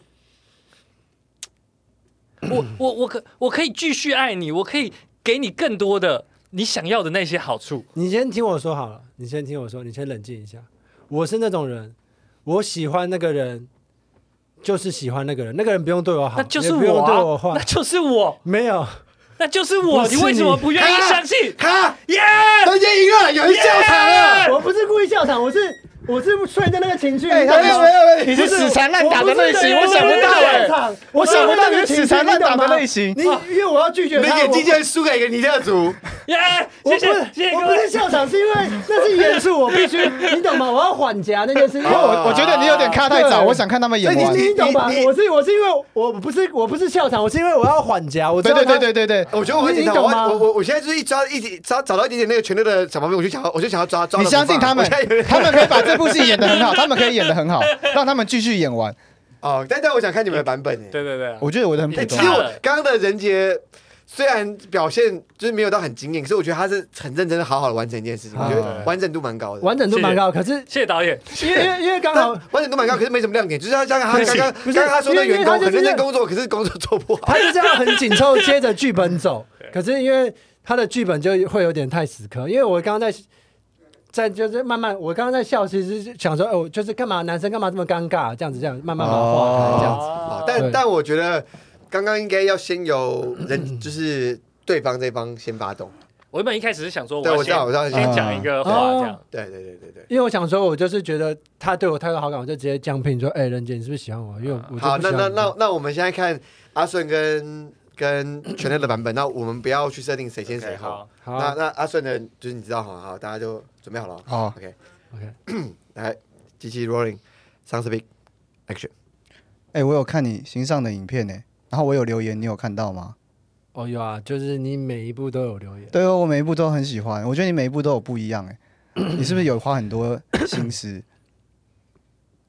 [SPEAKER 4] 我我我可我可以继续爱你，我可以给你更多的你想要的那些好处。
[SPEAKER 1] 你先听我说好了，你先听我说，你先冷静一下。我是那种人，我喜欢那个人，就是喜欢那个人，那个人不用对我好，
[SPEAKER 4] 那就是
[SPEAKER 1] 也不用
[SPEAKER 4] 我、
[SPEAKER 1] 对我
[SPEAKER 4] 啊，
[SPEAKER 1] 坏
[SPEAKER 4] 那，就是我，
[SPEAKER 1] 没有。
[SPEAKER 4] 那就是我。
[SPEAKER 1] 不是
[SPEAKER 4] 你为什么不愿意
[SPEAKER 3] 你
[SPEAKER 4] 相信？
[SPEAKER 3] 他
[SPEAKER 4] 耶！
[SPEAKER 3] 人家赢了，有人笑场了。
[SPEAKER 1] 我不是故意笑场，我是我是顺着那个情绪。
[SPEAKER 2] 哎
[SPEAKER 1] 你
[SPEAKER 2] 他
[SPEAKER 1] 懂
[SPEAKER 2] 没
[SPEAKER 1] 吗
[SPEAKER 2] 有没有没有，
[SPEAKER 1] 不
[SPEAKER 2] 你
[SPEAKER 1] 是
[SPEAKER 2] 是死缠烂打的类型，
[SPEAKER 1] 我
[SPEAKER 2] 我
[SPEAKER 1] 不是
[SPEAKER 2] 想不到
[SPEAKER 1] 故意
[SPEAKER 2] 哎
[SPEAKER 1] 笑，场
[SPEAKER 2] 我想不到你是死缠烂打的类。
[SPEAKER 1] 我
[SPEAKER 2] 型
[SPEAKER 1] 是。那个情绪你因为我要拒绝
[SPEAKER 3] 你
[SPEAKER 1] 他，
[SPEAKER 3] 给
[SPEAKER 1] 我
[SPEAKER 3] 经纪人输给一个尼特族，
[SPEAKER 4] 耶！
[SPEAKER 1] 哎我
[SPEAKER 4] 谢
[SPEAKER 1] 不是
[SPEAKER 4] 谢谢谢
[SPEAKER 1] 我
[SPEAKER 4] 各
[SPEAKER 1] 不是
[SPEAKER 4] 位。
[SPEAKER 1] 笑场，是因为那是演出，我必须，你懂吗？我要缓夹那件事。因为我
[SPEAKER 2] 哦
[SPEAKER 3] 啊
[SPEAKER 2] 我我觉得你有点卡太早，
[SPEAKER 1] 对
[SPEAKER 2] 我想看他们演
[SPEAKER 1] 哎你
[SPEAKER 2] 完。
[SPEAKER 1] 你懂吧
[SPEAKER 3] 你？你
[SPEAKER 1] 我是我是因为我不是我不是笑场，我是因为我要缓夹。我知
[SPEAKER 2] 对
[SPEAKER 1] 道
[SPEAKER 2] 对
[SPEAKER 1] 他
[SPEAKER 2] 对对对对，
[SPEAKER 3] 我觉得我会
[SPEAKER 1] 你你
[SPEAKER 3] 检讨。
[SPEAKER 1] 懂
[SPEAKER 3] 我
[SPEAKER 1] 吗
[SPEAKER 3] 我我我现在就是一抓一直找找到一点点那个拳头的小毛病，我就想要我就想要抓抓。
[SPEAKER 2] 你相信他们
[SPEAKER 3] 我现在有，点
[SPEAKER 2] 他们可以把这部戏演得很好，他们可以演得很好，让他们继续演完。
[SPEAKER 3] 哦，但但我想看你们的版本哎。
[SPEAKER 4] 对对对，
[SPEAKER 2] 我觉得我
[SPEAKER 1] 啊
[SPEAKER 2] 的很普
[SPEAKER 3] 哎，其
[SPEAKER 2] 通
[SPEAKER 3] 实
[SPEAKER 4] 差。
[SPEAKER 3] 我
[SPEAKER 4] 了
[SPEAKER 3] 刚刚的人杰虽然表现就是没有到很惊艳，可是我觉得他是很认真的、好好的完成一件事情，我觉得
[SPEAKER 4] 啊
[SPEAKER 3] 完整度蛮高的。
[SPEAKER 1] 完整度蛮高，可是
[SPEAKER 4] 谢谢导演。
[SPEAKER 1] 因为因 为因为刚
[SPEAKER 3] 但
[SPEAKER 1] 好
[SPEAKER 3] 完整度蛮高，可是没什么亮点，就是他像他
[SPEAKER 4] 不
[SPEAKER 3] 刚
[SPEAKER 4] 是
[SPEAKER 3] 刚
[SPEAKER 1] 不
[SPEAKER 3] 刚
[SPEAKER 1] 是
[SPEAKER 3] 刚他说的
[SPEAKER 1] 因为
[SPEAKER 3] 员工
[SPEAKER 1] 因为他就是
[SPEAKER 3] 很认真工作，可是工作做不好。
[SPEAKER 1] 他就这样很紧凑，接着剧本 走。可是因为他的剧本就会有点太死磕，因为我刚刚在在就是慢慢，我刚刚在笑，其实是想说，哦，就是干嘛男生干嘛这么尴尬，这样子这样慢慢把它化开这样子。
[SPEAKER 3] 哦
[SPEAKER 4] 哦
[SPEAKER 3] 但
[SPEAKER 1] 对
[SPEAKER 3] 但我觉得刚刚应该要先由人，就是对方这方先发动。
[SPEAKER 4] 我原本一开始是想说，
[SPEAKER 3] 对，
[SPEAKER 4] 要
[SPEAKER 3] 我知道，
[SPEAKER 4] 先
[SPEAKER 3] 我知道。
[SPEAKER 4] 先讲一个话这样。
[SPEAKER 3] 对对对对对。
[SPEAKER 1] 因为我想说，我就是觉得他对我太有好感，我就直接降评说，哎、任姐，你是不是喜欢我？因为我我就不喜
[SPEAKER 3] 好，
[SPEAKER 1] 欢
[SPEAKER 3] 那那
[SPEAKER 1] 你
[SPEAKER 3] 那那我们现在看阿顺跟跟全乐的版本，那我们不要去设定谁先谁
[SPEAKER 4] OK，
[SPEAKER 3] 后。
[SPEAKER 4] 好，
[SPEAKER 1] 好啊
[SPEAKER 3] 那那阿顺的，就是你知道，好好，大家就准备好了
[SPEAKER 2] 哦，
[SPEAKER 3] 哦。OK，
[SPEAKER 1] ，OK，
[SPEAKER 3] 来，机器 rolling，上 s p e a k action。
[SPEAKER 2] 哎，我有看你新上的影片呢，然后我有留言，你有看到吗？
[SPEAKER 1] 哦有啊，就是你每一部都有留言。
[SPEAKER 2] 对哦，我每一部都很喜欢，我觉得你每一部都有不一 样哎，你是不是有花很多心思？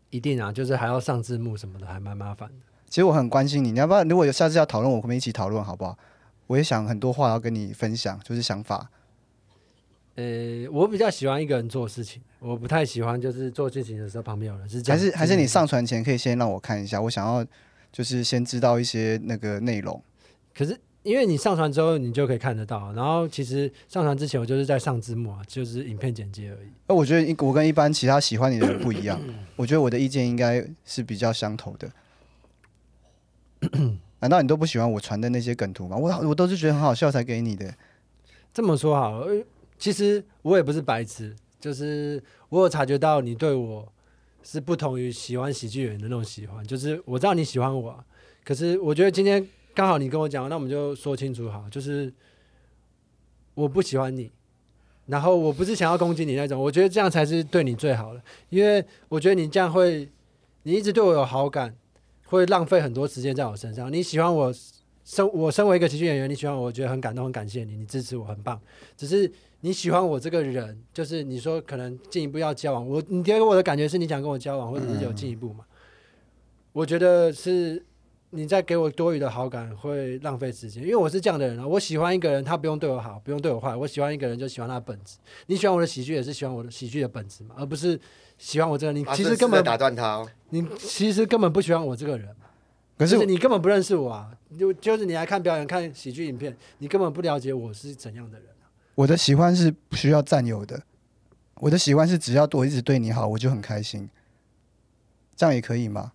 [SPEAKER 1] 一定啊，就是还要上字幕什么的，还蛮麻烦的。
[SPEAKER 2] 其实我很关心你，你要不要？如果有下次要讨论，我们一起讨论好不好？我也想很多话要跟你分享，就是想法。
[SPEAKER 1] 呃，我比较喜欢一个人做事情，我不太喜欢就是做事情的时候旁边有人是这
[SPEAKER 2] 还
[SPEAKER 1] 样。
[SPEAKER 2] 是还是你上传前可以先让我看一下，我想要就是先知道一些那个内容。
[SPEAKER 1] 可是因为你上传之后，你就可以看得到。然后其实上传之前，我就是在上字幕啊，就是影片剪接而已。
[SPEAKER 2] 那我觉得一我跟一般其他喜欢你的人不一 样，我觉得我的意见应该是比较相投的。难道你都不喜欢我传的那些梗图吗？我我都是觉得很好笑才给你的。
[SPEAKER 1] 这么说好了，呃其实我也不是白痴，就是我有察觉到你对我是不同于喜欢喜剧演员的那种喜欢，就是我知道你喜欢我啊、可是我觉得今天刚好你跟我讲，那我们就说清楚好，就是我不喜欢你。然后我不是想要攻击你那种，我觉得这样才是对你最好的，因为我觉得你这样会，你一直对我有好感，会浪费很多时间在我身上。你喜欢我，身我身为一个喜剧演员，你喜欢我，我觉得很感动，很感谢你，你支持我很棒。只是你喜欢我这个人，就是你说可能进一步要交往，我你给我的感觉是你想跟我交往，或者是有进一步嘛？我觉得是你在给我多余的好感，会浪费时间，因为我是这样的人啊，我喜欢一个人，他不用对我好，不用对我坏，我喜欢一个人就喜欢他的本质。你喜欢我的喜剧，也是喜欢我的喜剧的本质嘛，而不是喜欢我这个人。你
[SPEAKER 3] 阿
[SPEAKER 1] 其
[SPEAKER 3] 顺
[SPEAKER 1] 实根
[SPEAKER 3] 试着
[SPEAKER 1] 本
[SPEAKER 3] 打断他哦。
[SPEAKER 1] 你其实根本不喜欢我这个人。
[SPEAKER 2] 可是
[SPEAKER 1] 就
[SPEAKER 2] 我
[SPEAKER 1] 是你根本不认识我啊！就就是你来看表演、看喜剧影片，你根本不了解我是怎样的人。
[SPEAKER 2] 我的喜欢是不需要占有的，我的喜欢是只要我一直对你好，我就很开心，这样也可以吗？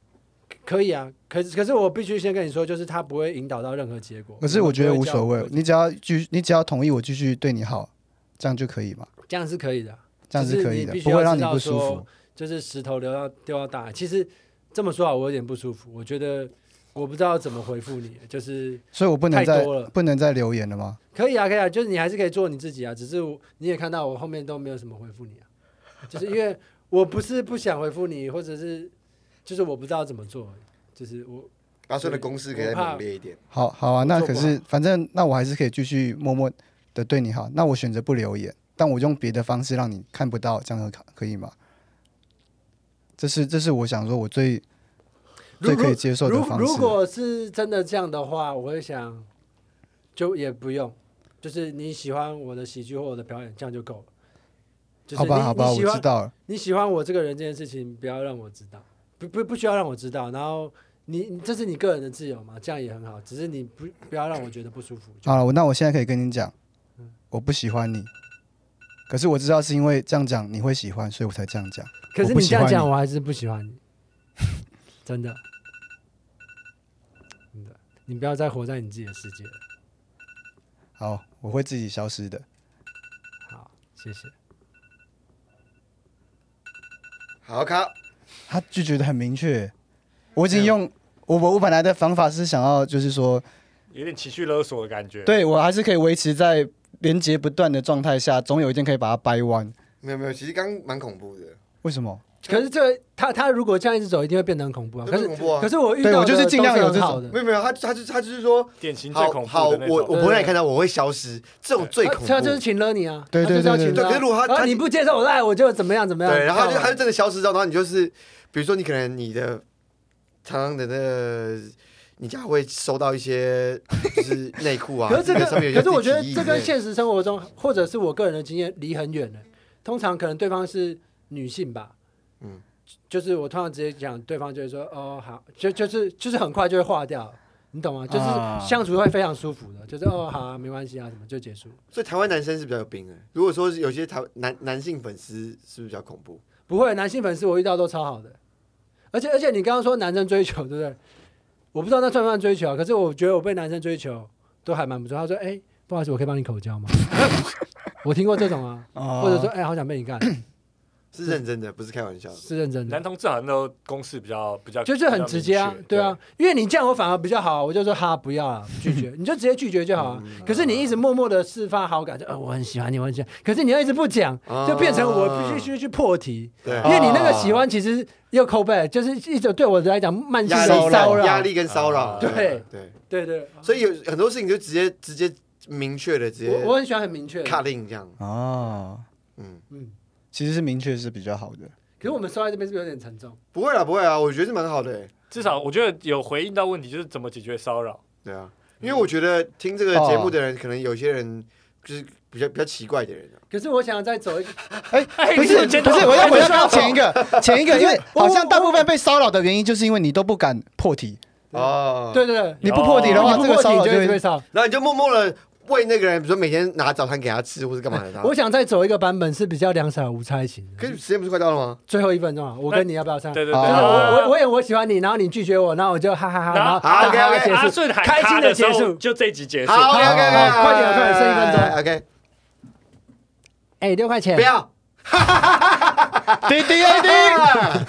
[SPEAKER 1] 可以啊，可是可是我必须先跟你说，就是他不会引导到任何结果。
[SPEAKER 2] 可是我觉得
[SPEAKER 1] 不
[SPEAKER 2] 无
[SPEAKER 1] 会叫
[SPEAKER 2] 所谓，你只要继你只要同意我继续对你好，这样就可以嘛？
[SPEAKER 1] 这样是可以的啊，
[SPEAKER 2] 这样
[SPEAKER 1] 就是
[SPEAKER 2] 可以
[SPEAKER 1] 你
[SPEAKER 2] 的
[SPEAKER 1] 必，须
[SPEAKER 2] 不
[SPEAKER 1] 要
[SPEAKER 2] 会让你
[SPEAKER 1] 知道
[SPEAKER 2] 不舒服
[SPEAKER 1] 说。就是石头流到丢到大海。其实这么说啊，我有点不舒服，我觉得我不知道怎么回复你，就是
[SPEAKER 2] 所以我不能
[SPEAKER 1] 太
[SPEAKER 2] 再
[SPEAKER 1] 多了
[SPEAKER 2] 不能再留言了吗？
[SPEAKER 1] 可以啊，可以啊，就是你还是可以做你自己啊，只是我你也看到我后面都没有什么回复你啊，就是因为我不是不想回复你，或者是就是我不知道怎么做而已，就是我
[SPEAKER 3] 阿顺的攻势可以再猛烈一点。
[SPEAKER 2] 好好啊，那
[SPEAKER 1] 做
[SPEAKER 2] 可
[SPEAKER 1] 不
[SPEAKER 2] 是反正那我还是可以继续默默的对你好。那我选择不留言，但我用别的方式让你看不到，这样可可以吗？这是这是我想说，我最
[SPEAKER 1] 如
[SPEAKER 2] 最可以接受的
[SPEAKER 1] 如
[SPEAKER 2] 方式
[SPEAKER 1] 如果是真的这样的话，我会想，就也不用，就是你喜欢我的喜剧或我的表演，这样就够了。就是
[SPEAKER 2] 好吧
[SPEAKER 1] 你
[SPEAKER 2] 好吧，
[SPEAKER 1] 你
[SPEAKER 2] 我
[SPEAKER 1] 喜欢
[SPEAKER 2] 知道了。
[SPEAKER 1] 你喜欢我这个人这件事情，不要让我知道，不不不需要让我知道。然后你你这是你个人的自由嘛，这样也很好。只是你不不要让我觉得不舒服。就
[SPEAKER 2] 好了，我那我现在可以跟你讲，
[SPEAKER 1] 嗯
[SPEAKER 2] 我不喜欢你，可是我知道是因为这样讲你会喜欢，所以我才这样讲。
[SPEAKER 1] 可
[SPEAKER 2] 我
[SPEAKER 1] 是
[SPEAKER 2] 不
[SPEAKER 1] 你
[SPEAKER 2] 喜
[SPEAKER 1] 这
[SPEAKER 2] 欢
[SPEAKER 1] 样讲，
[SPEAKER 2] 你
[SPEAKER 1] 我还是不喜欢你， 真的，真的。你不要再活在你自己的世界了。
[SPEAKER 2] 好，我会自己消失的。
[SPEAKER 1] 好，谢谢。
[SPEAKER 3] 好，卡，
[SPEAKER 2] 他拒绝的很明确，我已经用我我我本来的方法是想要就是说，
[SPEAKER 5] 有点情绪勒索的感觉。，
[SPEAKER 2] 对我还是可以维持在连接不断的状态下，总有一天可以把它掰弯。
[SPEAKER 3] 没有没有，其实刚刚蛮恐怖的，
[SPEAKER 2] 为什么？
[SPEAKER 1] 可是这个他他如果这样一直走，一定会变得很恐怖啊。
[SPEAKER 3] 这
[SPEAKER 1] 可
[SPEAKER 3] 很
[SPEAKER 1] 是
[SPEAKER 3] 恐怖啊
[SPEAKER 1] 可。是我遇
[SPEAKER 2] 对
[SPEAKER 1] 到
[SPEAKER 2] 我就是
[SPEAKER 1] 的
[SPEAKER 2] 尽量
[SPEAKER 1] 都是
[SPEAKER 2] 有这
[SPEAKER 1] 很好
[SPEAKER 2] 种
[SPEAKER 1] 的
[SPEAKER 3] 没，有没有，他他就他就是说，
[SPEAKER 5] 典型最
[SPEAKER 3] 好
[SPEAKER 5] 恐
[SPEAKER 3] 好，
[SPEAKER 5] 怖的那
[SPEAKER 3] 我
[SPEAKER 5] 种。
[SPEAKER 3] 我不会让你看到，我会消失，这种最
[SPEAKER 1] 他
[SPEAKER 3] 恐怖。
[SPEAKER 1] 他就是请了你啊，
[SPEAKER 2] 对
[SPEAKER 1] 他就是要
[SPEAKER 2] 对对
[SPEAKER 1] 请
[SPEAKER 2] 对
[SPEAKER 1] 了
[SPEAKER 3] 对可是如果他
[SPEAKER 1] 啊
[SPEAKER 3] 他
[SPEAKER 1] 你不接受我赖，我就怎么样怎么啊样。
[SPEAKER 3] 对，然后他
[SPEAKER 1] 你
[SPEAKER 3] 就
[SPEAKER 1] 看我
[SPEAKER 3] 他就真的消失掉，然后你就是，比如说你可能你的常常的那个，你家会收到一些就是内裤 啊，
[SPEAKER 1] 可是这个，
[SPEAKER 3] 上面有
[SPEAKER 1] 可是我觉得
[SPEAKER 3] 一些
[SPEAKER 1] 这
[SPEAKER 3] 自己
[SPEAKER 1] 跟
[SPEAKER 3] 提议
[SPEAKER 1] 现实生活中，或者是我个人的经验离很远的。通常可能对方是女性吧，
[SPEAKER 3] 嗯
[SPEAKER 1] 嗯，就是我通常直接讲，对方就会说哦好，就就是就是很快就会化掉，你懂吗？
[SPEAKER 2] 啊
[SPEAKER 1] 就是相处会非常舒服的，就是哦好啊、没关系啊，什么就结束，
[SPEAKER 3] 所以台湾男生是比较有病的。如果说有些台男男性粉丝是不是比较恐怖？
[SPEAKER 1] 不会。男性粉丝我遇到都超好的，而且而且你刚刚说男生追求对不对？我不知道那算不算追求啊，可是我觉得我被男生追求都还蛮不错。他说哎、不好意思，我可以帮你口交吗？ 我听过这种啊，
[SPEAKER 2] 啊
[SPEAKER 1] 或者说哎、好想被你干。
[SPEAKER 3] 是认真的，不是开玩笑的。
[SPEAKER 1] 是认真的
[SPEAKER 5] 男，同志好像都公式比较比较，
[SPEAKER 1] 就是很直接啊
[SPEAKER 5] 比较明，确
[SPEAKER 1] 对啊，，因为你这样我反而比较好啊，我就说哈不要啊，拒绝，你就直接拒绝就好啊。可是你一直默默的释放好感，就呃我很喜欢你，我很喜欢，可是你要一直不讲，
[SPEAKER 3] 啊
[SPEAKER 1] 就变成我必须去破题，
[SPEAKER 3] 对
[SPEAKER 1] 因为你那个喜欢其实又扣背，就是一种对我来讲慢性
[SPEAKER 3] 啊压
[SPEAKER 1] 的
[SPEAKER 3] 力跟
[SPEAKER 1] 骚扰，
[SPEAKER 3] 压力跟骚扰，
[SPEAKER 5] 啊
[SPEAKER 1] 对
[SPEAKER 3] 对，
[SPEAKER 1] 对对，
[SPEAKER 3] 所以有很多事情就直接直接明确的直接
[SPEAKER 1] 我我很喜欢很明确的，
[SPEAKER 3] 卡令这样，
[SPEAKER 2] 哦，
[SPEAKER 3] 嗯，
[SPEAKER 1] 嗯，
[SPEAKER 2] 其实是明确是比较好的。
[SPEAKER 1] 可是我们说在这边是不是有点沉重？
[SPEAKER 3] 不会啦，不会啊，我觉得是蛮好的欸，
[SPEAKER 5] 至少我觉得有回应到问题，就是怎么解决骚扰。
[SPEAKER 3] 对啊，因为我觉得听这个节目的人，可能有些人就是比较比较奇怪的人啊，
[SPEAKER 1] 可是我想再走一个，
[SPEAKER 5] 哎
[SPEAKER 2] 不是
[SPEAKER 5] 你这个
[SPEAKER 2] 不是，我要回到刚刚前一个前一 个，因为
[SPEAKER 1] 我
[SPEAKER 2] 好像大部分被骚扰的原因就是因为你都不敢破题，
[SPEAKER 3] 哦，
[SPEAKER 1] 对对对，
[SPEAKER 2] 你不破题的话，
[SPEAKER 1] 你
[SPEAKER 2] 这
[SPEAKER 1] 不破
[SPEAKER 2] 个
[SPEAKER 1] 题
[SPEAKER 2] 骚扰
[SPEAKER 1] 你就一直被
[SPEAKER 2] 会
[SPEAKER 1] 骚扰。
[SPEAKER 3] 然后你就默默的喂那个人，比如说每天拿早餐给他吃，或是干嘛的他。
[SPEAKER 1] 我想再走一个版本是比较两小无猜型的，
[SPEAKER 3] 可是时间不是快到了吗？
[SPEAKER 1] 最后一分钟啊，我跟你要不要上？
[SPEAKER 5] 对对对，
[SPEAKER 2] 好
[SPEAKER 1] 就是我
[SPEAKER 5] 啊
[SPEAKER 1] 我我也我喜欢你，然后你拒绝我，然后我就哈哈哈，然后
[SPEAKER 3] 好
[SPEAKER 1] 大哈哈
[SPEAKER 3] OK，OK，
[SPEAKER 1] 结
[SPEAKER 4] 啊
[SPEAKER 5] 阿
[SPEAKER 1] 束，
[SPEAKER 5] 顺喊
[SPEAKER 1] 开心
[SPEAKER 5] 咔
[SPEAKER 1] 的
[SPEAKER 5] 的
[SPEAKER 1] 结
[SPEAKER 5] 时候
[SPEAKER 1] 束。
[SPEAKER 5] 就这一集结束。
[SPEAKER 3] 好，OK OK，
[SPEAKER 1] 好快点快点剩一分钟
[SPEAKER 3] ，OK，
[SPEAKER 1] 哎，六块钱，
[SPEAKER 3] 不要，
[SPEAKER 2] 滴滴滴滴，
[SPEAKER 3] 啊